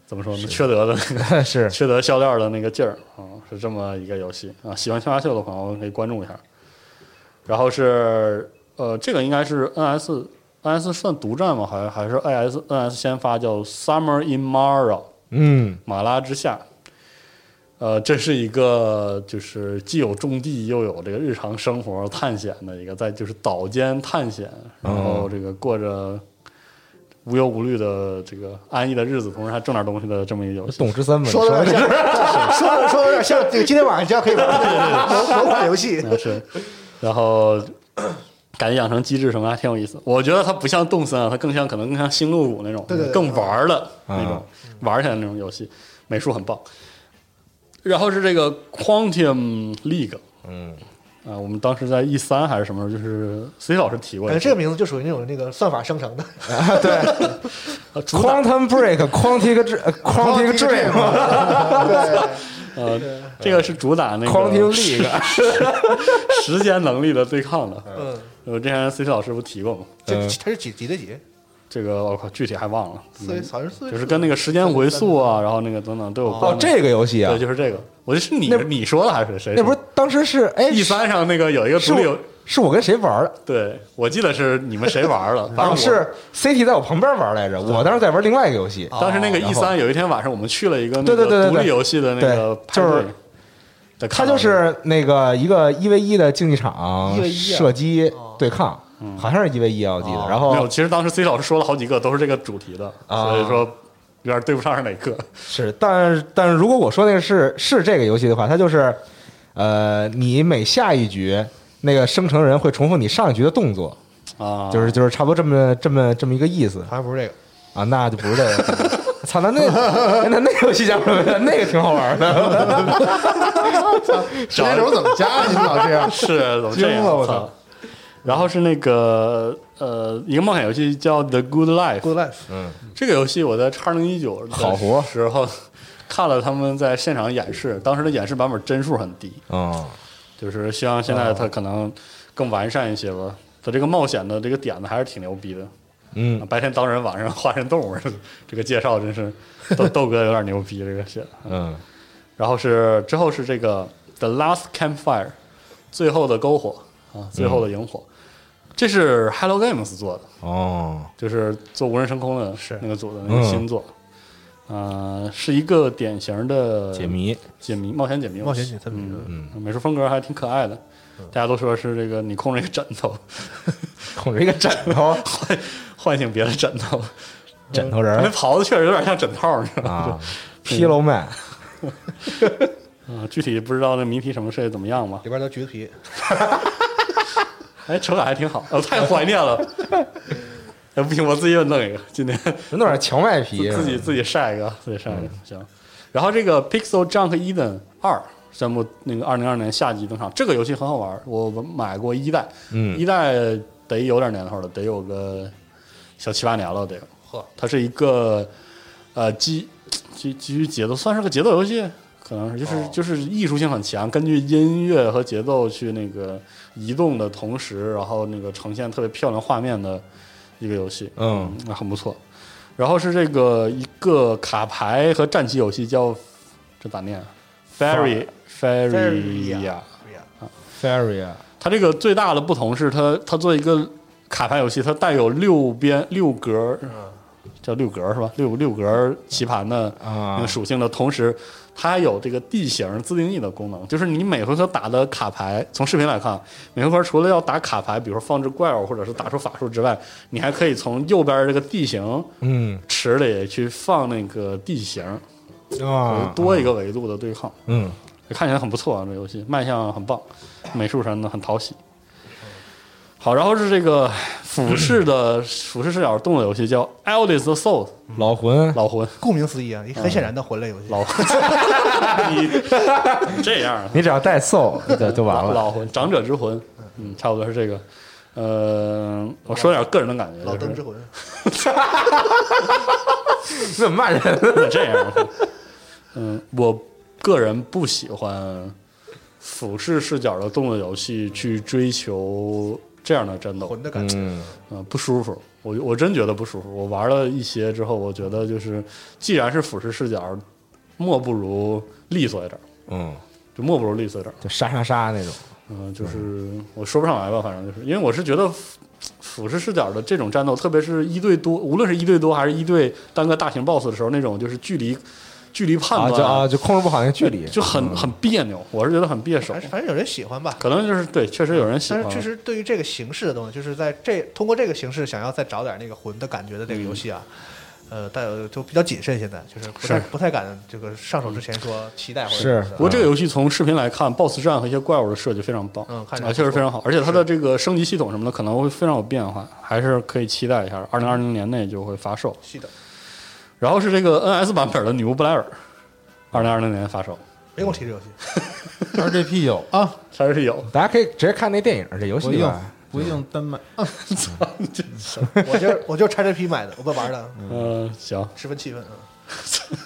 怎么说呢？缺德的那个是 缺德笑料的那个劲儿啊、是这么一个游戏啊。喜欢青花秀的朋友可以关注一下。然后是呃，这个应该是 NS NS 算独占吗？还还是 AS NS 先发叫 Summer in Mara？嗯马拉之下。呃，这是一个就是既有种地又有这个日常生活探险的一个，在就是岛间探险，然后这个过着无忧无虑的这个安逸的日子，同时还挣点东西的这么一个游戏。董之森嘛，说的有点像，啊 说的说的有点像这个今天晚上就要可以玩的某某款游戏。啊是，然后感觉养成机制什么还挺有意思。我觉得它不像动森啊，它更像可能更像星露谷那种，对对对啊更玩儿的嗯那种、玩儿起来的那种游戏，美术很棒。然后是这个 Quantum League，嗯啊，我们当时在 E 三还是什么时候，就是 C 老师提过一哎，次，这个名字就属于那种那个算法生成的，呃主打，Quantum Break，Quantic Dream，Quantic Dream，Quantic 对，呃，这个是主打那个 League， 时间能力的对抗的。嗯，我之前 C 老师不提过吗？嗯这它是几几对几？这个我靠，具体还忘了，四维好像是四维，就是跟那个时间回溯啊，然后那个等等都有关哦，的。这个游戏啊对，，就是这个，我就是你那你说的还是谁？那不是当时是哎 E 三上那个有一个是独立游我，是我跟谁玩的？对我记得是你们谁 玩了，反正啊，我是 CT 在我旁边玩来着，我当时在玩另外一个游戏，当时那个哦然 E 后三有一天晚上，我们去了一个那对对对个对独立对游戏的那对个派就是对的它看到那个，就是那个一个一 v 一的竞技场 1v1 啊射击对抗，好像是一 v 一啊，我记得。然没有，后其实当时 C 老师说了好几个都是这个主题的，啊所以说有点对不上是哪个。是，但是但是如果我说那个是是这个游戏的话，它就是呃，你每下一局那个生成人会重复你上一局的动作，啊，，就是就是差不多这么这么这么一个意思好像不是这个。啊，那就不是这个。 操，那那那那游戏叫什么呀？那个挺好玩的。时间轴怎么加呀？你老这 样是怎么这惊样？了我操操！然后是那个呃，一个冒险游戏叫《The Good Life》， Good 嗯 Life，这个游戏我在叉零一九好活时候看了他们在现场演示，当时的演示版本帧数很低，嗯就是希望现在它可能更完善一些吧。它这个冒险的这个点子还是挺牛逼的，嗯啊，白天当人，晚上化身动物，这个介绍真是豆豆哥有点牛逼，这个写的。嗯然后是之后是这个 The Last Campfire，最后的篝火啊，最后的萤嗯火，这是 Hello Games 做的，哦就是做无人升空的是嗯那个组的那个新作，呃，是一个典型的解 谜解谜冒险解谜游戏冒险解谜嗯嗯，美术风格还挺可爱的。大家都说是这个你控制一个枕头， 控制一个枕头唤唤醒别的枕头， 枕头人哎那儿袍子确实有点像枕套，你知道吗？啊，Pillow Man 啊，具体不知道那谜题什么设计怎么样吧？里边都橘子皮，哎，手感还挺好，我、太怀念 了。 哎，不行，我自己也弄一个，今天有点荞麦皮，嗯自己自己晒一个，自己晒一个，行。然后这个 Pixel Junk Eden 二宣布那个二零二年夏季登场。这个游戏很好玩儿，我买过一代，嗯一代得有点年头了，得有个小七八年了得有。呵，它是一个呃基基基于节奏，算是个节奏游戏，可能是哦就是、就是艺术性很强，根据音乐和节奏去那个移动的同时，然后那个呈现特别漂亮画面的一个游戏，嗯，那很不错。然后是这个一个卡牌和战棋游戏叫，这咋念啊？Fairy Fairy 呀。 Fairy 啊，它这个最大的不同是它，它做一个卡牌游戏，它带有六边六格，叫六格是吧？六六格棋盘的啊那个属性的同时，它还有这个地形自定义的功能，就是你每回合打的卡牌，从视频来看，每回合除了要打卡牌，比如说放置怪物或者是打出法术之外，你还可以从右边这个地形嗯池里去放那个地形，啊，多一个维度的对抗。嗯看起来很不错啊，这游戏卖相很棒，美术上呢很讨喜。好，然后是这个俯 视的俯视视角动作游戏，叫《Eldest Soul》老魂老 魂顾名思义啊，很显然的魂类游戏。老魂，你你这样啊你只要带 soul 就就完了。老魂长者之魂，嗯，差不多是这个。呃，我说点个人的感觉，老登就之是魂， 你怎么骂人？这样。嗯，我个人不喜欢俯视视角的动作游戏去追求这样的战斗，魂的感觉。嗯嗯，不舒服。我我真觉得不舒服。我玩了一些之后，我觉得就是，既然是俯视视角，莫不如利索一点儿，嗯，就莫不如利索一点儿。就杀杀杀那种。嗯、就是我说不上来吧，反正就是因为我是觉得俯俯视视角的这种战斗，特别是一对多，无论是一对多还是一对单个大型 BOSS 的时候，那种就是距离距离判啊，断就啊，就控制不好那个距离，就很嗯很别扭。我是觉得很别手反，正反正有人喜欢吧，可能就是对，确实有人喜但欢是。确实对于这个形式的东西，就是在这通过这个形式想要再找点那个魂的感觉的这个游戏啊，呃，但就比较谨慎，现在就是不太是不太敢这个上手之前说期待或者是什么的不过这个游戏从视频来看，BOSS 战和一些怪物的设计非常棒，嗯看着啊，不确实错非常好，而且它的这个升级系统什么的可能会非常有变化，还是可以期待一下，二零二零年内就会发售。是的，然后是这个 NS 版本的《女巫布莱尔》，二零二零年发售，没给我提这游戏， RGP 有啊，还是有，大家可以直接看那电影，这游不戏用吧。不用单买，我就是我就是拆这批买的，我不玩了，嗯、行，十分气愤啊。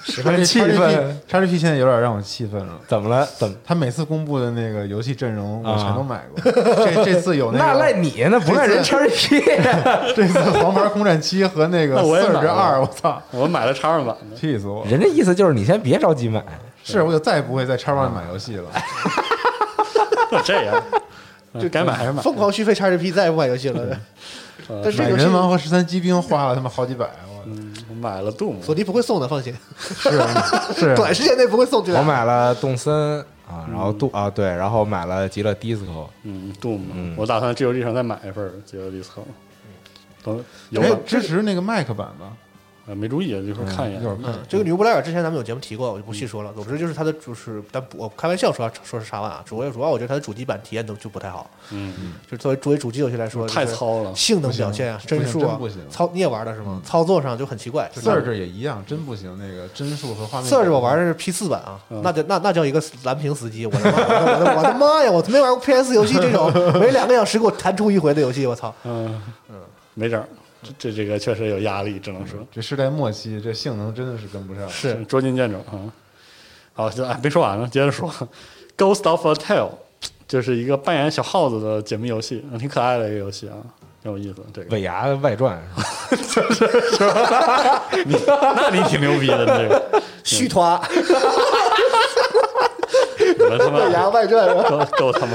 十叉分 g 气 p 愤，叉 g p 现在有点让我气愤了。怎么了？怎么？他每次公布的那个游戏阵容，啊我全都买过。这这次有 那个赖你，那不赖人圈 P， 这次黄牌空战七和那个 那我也四买之二，了我操，我买了叉二版的，气死 我！人家意思就是你先别着急买，是，我就再也不会在叉 one 买游戏了。就这 样，就 该买还是买，疯狂续费 XGP，再也不买游戏了。但是这买个游戏人王和十三机兵花了他妈好几百，啊我嗯我买了 Doom，索尼不会送的，放心， 是啊短时间内不会送进来。我买了动森啊，然后杜啊对，然后买了极乐 disco，嗯，Doom，我打算 GOG 上再买一份儿 GOG 测，等有没有了，支持那个 Mac 版吗？呃没注意，一会儿哎看一眼一会。儿看嗯，这个女巫布莱尔之前咱们有节目提过，我就不细说了。总之就是它的就是，但我开玩笑说说是沙万啊，主要主要我觉得它的主机版体验都就不太好。嗯，就是作为作为主机游戏来说，太就是糙了性能表现啊，不行帧数啊真不行，操你也玩的是吗？操作上就很奇怪。就是 Surge 也一样，真不行，那个帧数和画面。四儿我玩的是 P 四版啊，那叫那那叫一个蓝屏死机，我的妈，我的我的妈呀！我没玩过 PS 游戏这种每两个小时给我弹出一回的游戏，我操！嗯，没整儿，这这这个确实有压力，只能说这时代末期，这性能真的是跟不上。是捉襟见肘啊。好，就哎，没说完呢，接着说，《Ghost of a Tale》就是一个扮演小耗子的解密游戏，嗯挺可爱的一个游戏啊，挺有意思。这个，尾牙的外传，你那你挺牛逼的，你这个虚脱，你们 他妈《牙外传》是吧够够他妈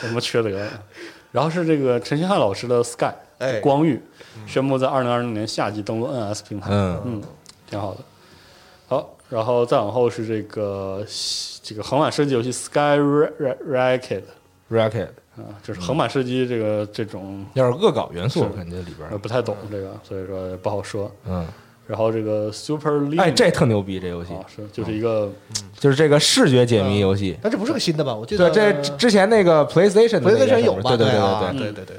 他妈缺德。然后是这个陈星汉老师的《Sky》哎光遇，宣布在二零二零年夏季登陆 NS 平台。嗯嗯，挺好的。好，然后再往后是这个西这个横版射击游戏《Sky Ra- Ra- Racket》 racket，啊，就是横版射击这个这种要是恶搞元素，是我感觉里边呃儿，不太懂这个，所以说不好说。嗯，然后这个 Super League，哎，这特牛逼，这游戏啊是就是一个就是这个视觉解谜游戏。但这不是个新的吧？我记对，得呃这之前那个 PlayStation 的那 PlayStation 个有是嗯吧？对对啊，对对对对，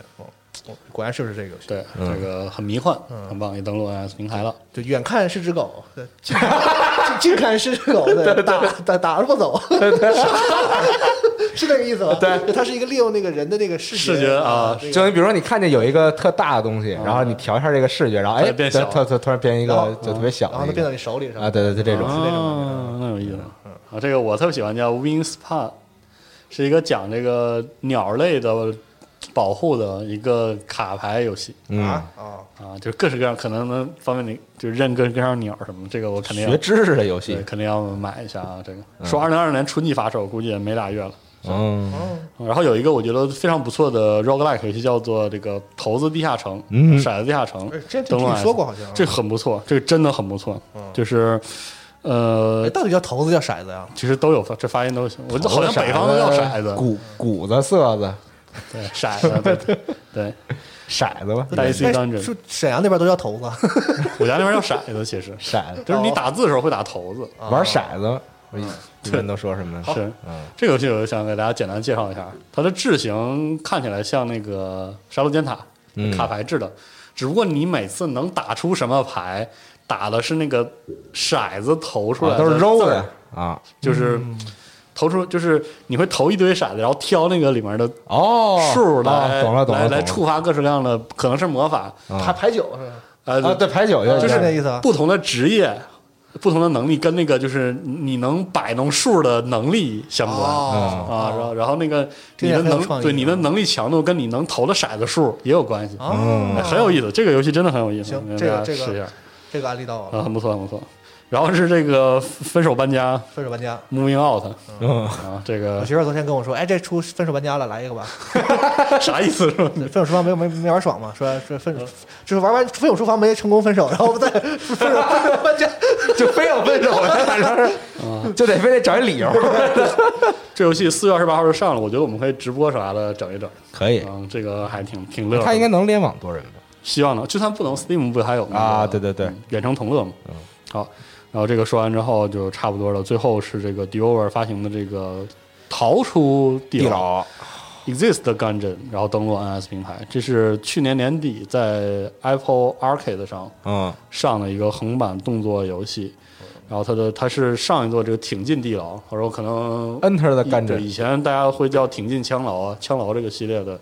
果然是不是这个游戏？对，嗯这个很迷幻，很棒，也登陆 NS 平台了。就远看是只狗，近 近看是只狗，对，打打打着不走，是那个意思吧？对就它是一个利用那个人的那个视视觉啊这个就你比如说，你看见有一个特大的东嗯西，然后你调一下这个视觉，然后哎，它变小突突突然变一然后个就特别小然的后它一变到个你手里是吧？啊，对对对，这种啊，那有意思啊！这个我特别喜欢叫 Wing Spa，是一个讲这个鸟类的保护的一个卡牌游戏嗯，啊，啊，就是各式各样，可能能方便你就是认各式各样鸟什么的。这个我肯定要学知识的游对，戏，肯定要买一下啊！这个说二零二二年春季发售，估计也没俩月了。嗯然后有一个我觉得非常不错的 roguelike 游戏叫做这个《骰子地下城》，嗯骰子地下城哎，这这登陆你 S 说过好像这很不错，这个真的很不错，就是哎呃，到底叫骰子叫骰子呀？其实都有发这发音都行，我好像北方都叫骰子，谷谷子、色子、对骰子，对对对，骰子吧，带 C 当哎真，说沈阳那边都叫骰子，我家那边叫骰子，其实骰子就是你打字的时候会打骰子，哦玩骰子，我一嗯一般都说什么呢？是哦嗯这个游戏，我想给大家简单介绍一下，它的制型看起来像那个《杀戮尖塔》嗯卡牌制的，只不过你每次能打出什么牌，打的是那个骰子投出来啊的、都是揉的，啊， 就是嗯投出，就是你会投一堆骰子，然后挑那个里面的哦，数来、哦懂了懂了来来懂触发各式各样的，可能是魔法，了，牌啊牌九是吧？呃，啊，对，牌九就 就是那意思啊。不同的职业。不同的能力跟那个就是你能摆弄数的能力相关，哦啊，然后然后那个这你也的很有能创意对啊你的能力强度跟你能投的骰子数也有关嗯系，哎哦，很有意思。这个游戏真的很有意思，嗯大行这个家这个试一下这个案例到我啊，了，很不错，很不错。然后是这个分手搬家分手玩家。 Moving Out 嗯，啊，这我个媳妇儿昨天跟我说，哎，这出分手玩家了，来一个吧。 啥意思？是吧？嗯分手厨房没有没没玩爽嘛？说说分手，嗯就是玩完分手厨房没成功分手，然后再 分手分手搬家。就非要分手了，反哦正 就得非得找一理由，这游戏四月二十八号就上了，我觉得我们可以直播啥的整一整，可以，嗯，这个还挺挺乐呵的。他应该能联网多人吧？希望能，就算不能，Steam 不还有那个啊对对对嗯远程同乐嘛。嗯，好，然后这个说完之后就差不多了。最后是这个 Diover 发行的这个逃出地牢牢， Exist Gungeon，然后登陆 NS 平台，这是去年年底在 Apple Arcade 上嗯上的一个横版动作游戏。然后它的它是上一座这个挺进地牢，或者我可能，Enter 的干嗯对针以前大家会叫挺进枪牢啊，枪牢这个系列的，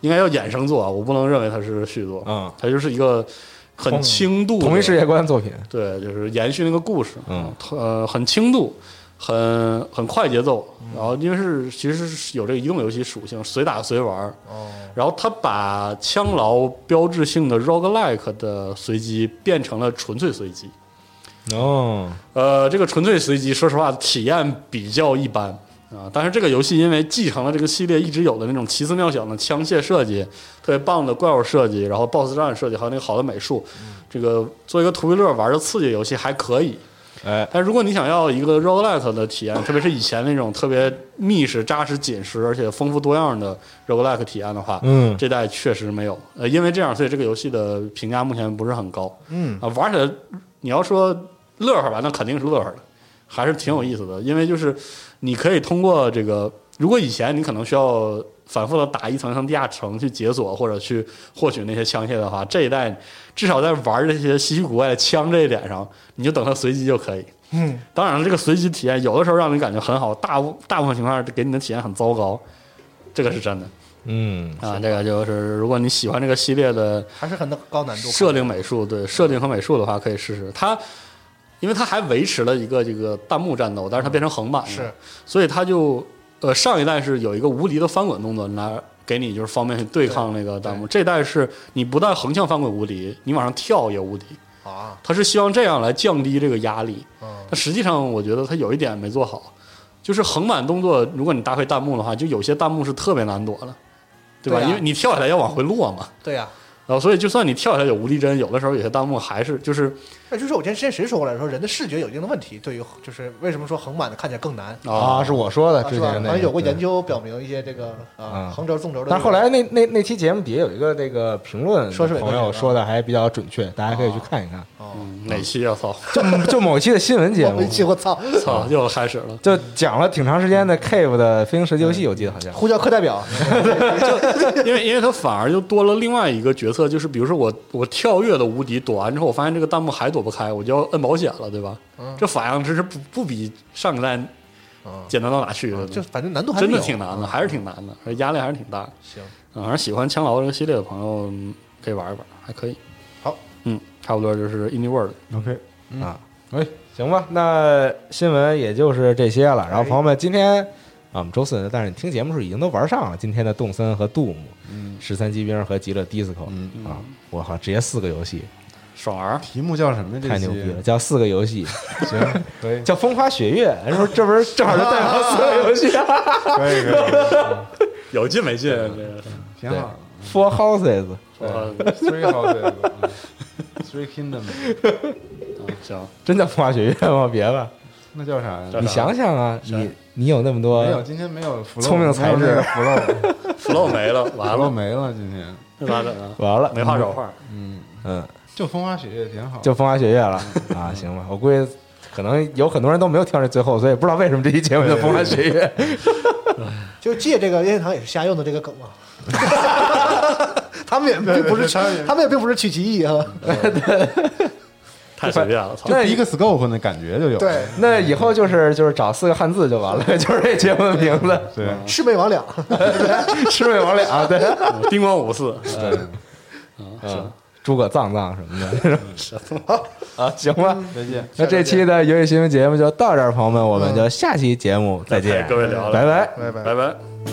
应该叫衍生作啊，我不能认为它是续作，嗯它就是一个很轻度的同一世界观作品，对，就是延续那个故事，嗯，呃，很轻度，很很快节奏，然后因为是其实是有这个移动游戏属性，随打随玩儿，哦，然后它把枪牢标志性的 roguelike 的随机变成了纯粹随机，哦，呃，这个纯粹随机，说实话体验比较一般啊。但是这个游戏因为继承了这个系列一直有的那种奇思妙想的枪械设计，特别棒的怪物设计，然后 BOSS 战设计，还有那个好的美术，这个做一个图一乐玩的刺激游戏还可以。哎，但如果你想要一个 roguelike 的体验， 特别是以前那种特别密实、扎实、紧实，而且丰富多样的 roguelike 体验的话，嗯这代确实没有。呃，因为这样，所以这个游戏的评价目前不是很高。嗯，啊，玩起来你要说乐呵吧，那肯定是乐呵的，还是挺有意思的。因为就是你可以通过这个，如果以前你可能需要反复的打一层一层地下城去解锁或者去获取那些枪械的话，这一代至少在玩这些稀奇古怪的枪这一点上，你就等它随机就可以。嗯，当然了，这个随机体验有的时候让你感觉很好，大部大部分情况下给你的体验很糟糕，这个是真的。嗯，啊，这个就是如果你喜欢这个系列的还是很 高难度。设定美术，对设定和美术的话，可以试试它。因为它还维持了一个这个弹幕战斗，但是它变成横版了，是，所以它就呃上一代是有一个无敌的翻滚动作拿给你，就是方便去对抗那个弹幕。这代是你不但横向翻滚无敌，你往上跳也无敌，啊，它是希望这样来降低这个压力。嗯，但实际上，我觉得它有一点没做好，就是横版动作，如果你搭配弹幕的话，就有些弹幕是特别难躲的，对吧？对啊因为你跳下来要往回落嘛，对呀、然后所以就算你跳下来有无敌帧，有的时候有些弹幕还是就是哎，就是我之前之前谁说过来说，人的视觉有一定的问题，对于就是为什么说横版的看起来更难，啊，是我说的啊、之是吧？前好那个像有过研对究表明一些这个啊嗯横轴、纵轴的。但是后来那那那期节目底下有一个那个评论，说是伪朋科友学的说的还比较准确，大家可以去看一看。哦嗯哪期啊？操就就某期的新闻节我目没，去，我操！操，又开始了。就讲了挺长时间的 Cave 的飞行射击游戏，我记得好像。呼叫课代表， 因为因为它反而就多了另外一个角色，就是比如说我我跳跃的无敌躲完之后，我发现这个弹幕还躲不开，我就要摁保险了，对吧？嗯这反应真是不不比上个代简单到哪去了，嗯就反正难度还是真的有嗯挺难的，还是挺难的，而且压力还是挺大。行，啊反正喜欢枪牢这个系列的朋友嗯可以玩一玩，还可以。好，嗯，差不多就是 Indie World。 OK 嗯啊，哎，行吧，那新闻也就是这些了。然后朋友们，今天啊，我们周四呢，但是你听节目时已经都玩上了今天的动森和 Doom，嗯十三机兵和极乐 DISCO 嗯啊，我靠，直接四个游戏，爽玩儿，题目叫什么？这太期牛逼了，叫四个游戏，行，可以，叫风花雪月。然后这不是正好就代表啊四个游戏啊可以，可 有劲没劲？以，挺好。 ，Four Houses。这个对 Three houses，Three kingdom，嗯行，真叫风花雪月吗？别吧，那叫啥呀叫？你想想啊，啥你你有那么多没有，今天没有 flow，聪明才智没有那个，flow flow 没了，完 flow 了，没了，今天那咋整啊？完了没话找，话，嗯，就风花雪月挺好。就风花雪月了啊，行吧，我估计可能有很多人都没有听到这最后，所以不知道为什么这期节目叫风花雪月。就借这个任天堂也是瞎用的这个梗啊。 他们也并不是对对他们也他们也并不是取其意啊。太随便了，操！就第一个 scope 那感觉就有了。对，那以后就是就是找四个汉字就完了，就是这节目的名字对魑魅魍魉， 《魑魅魍魉》啊，对，嗯叮咣五四，对，嗯，诸葛藏藏什么的啊，行吧。再见。那这期的游戏新闻节目就到这儿，朋友们，我们就下期节目再见，各位聊了拜拜。拜拜拜拜。拜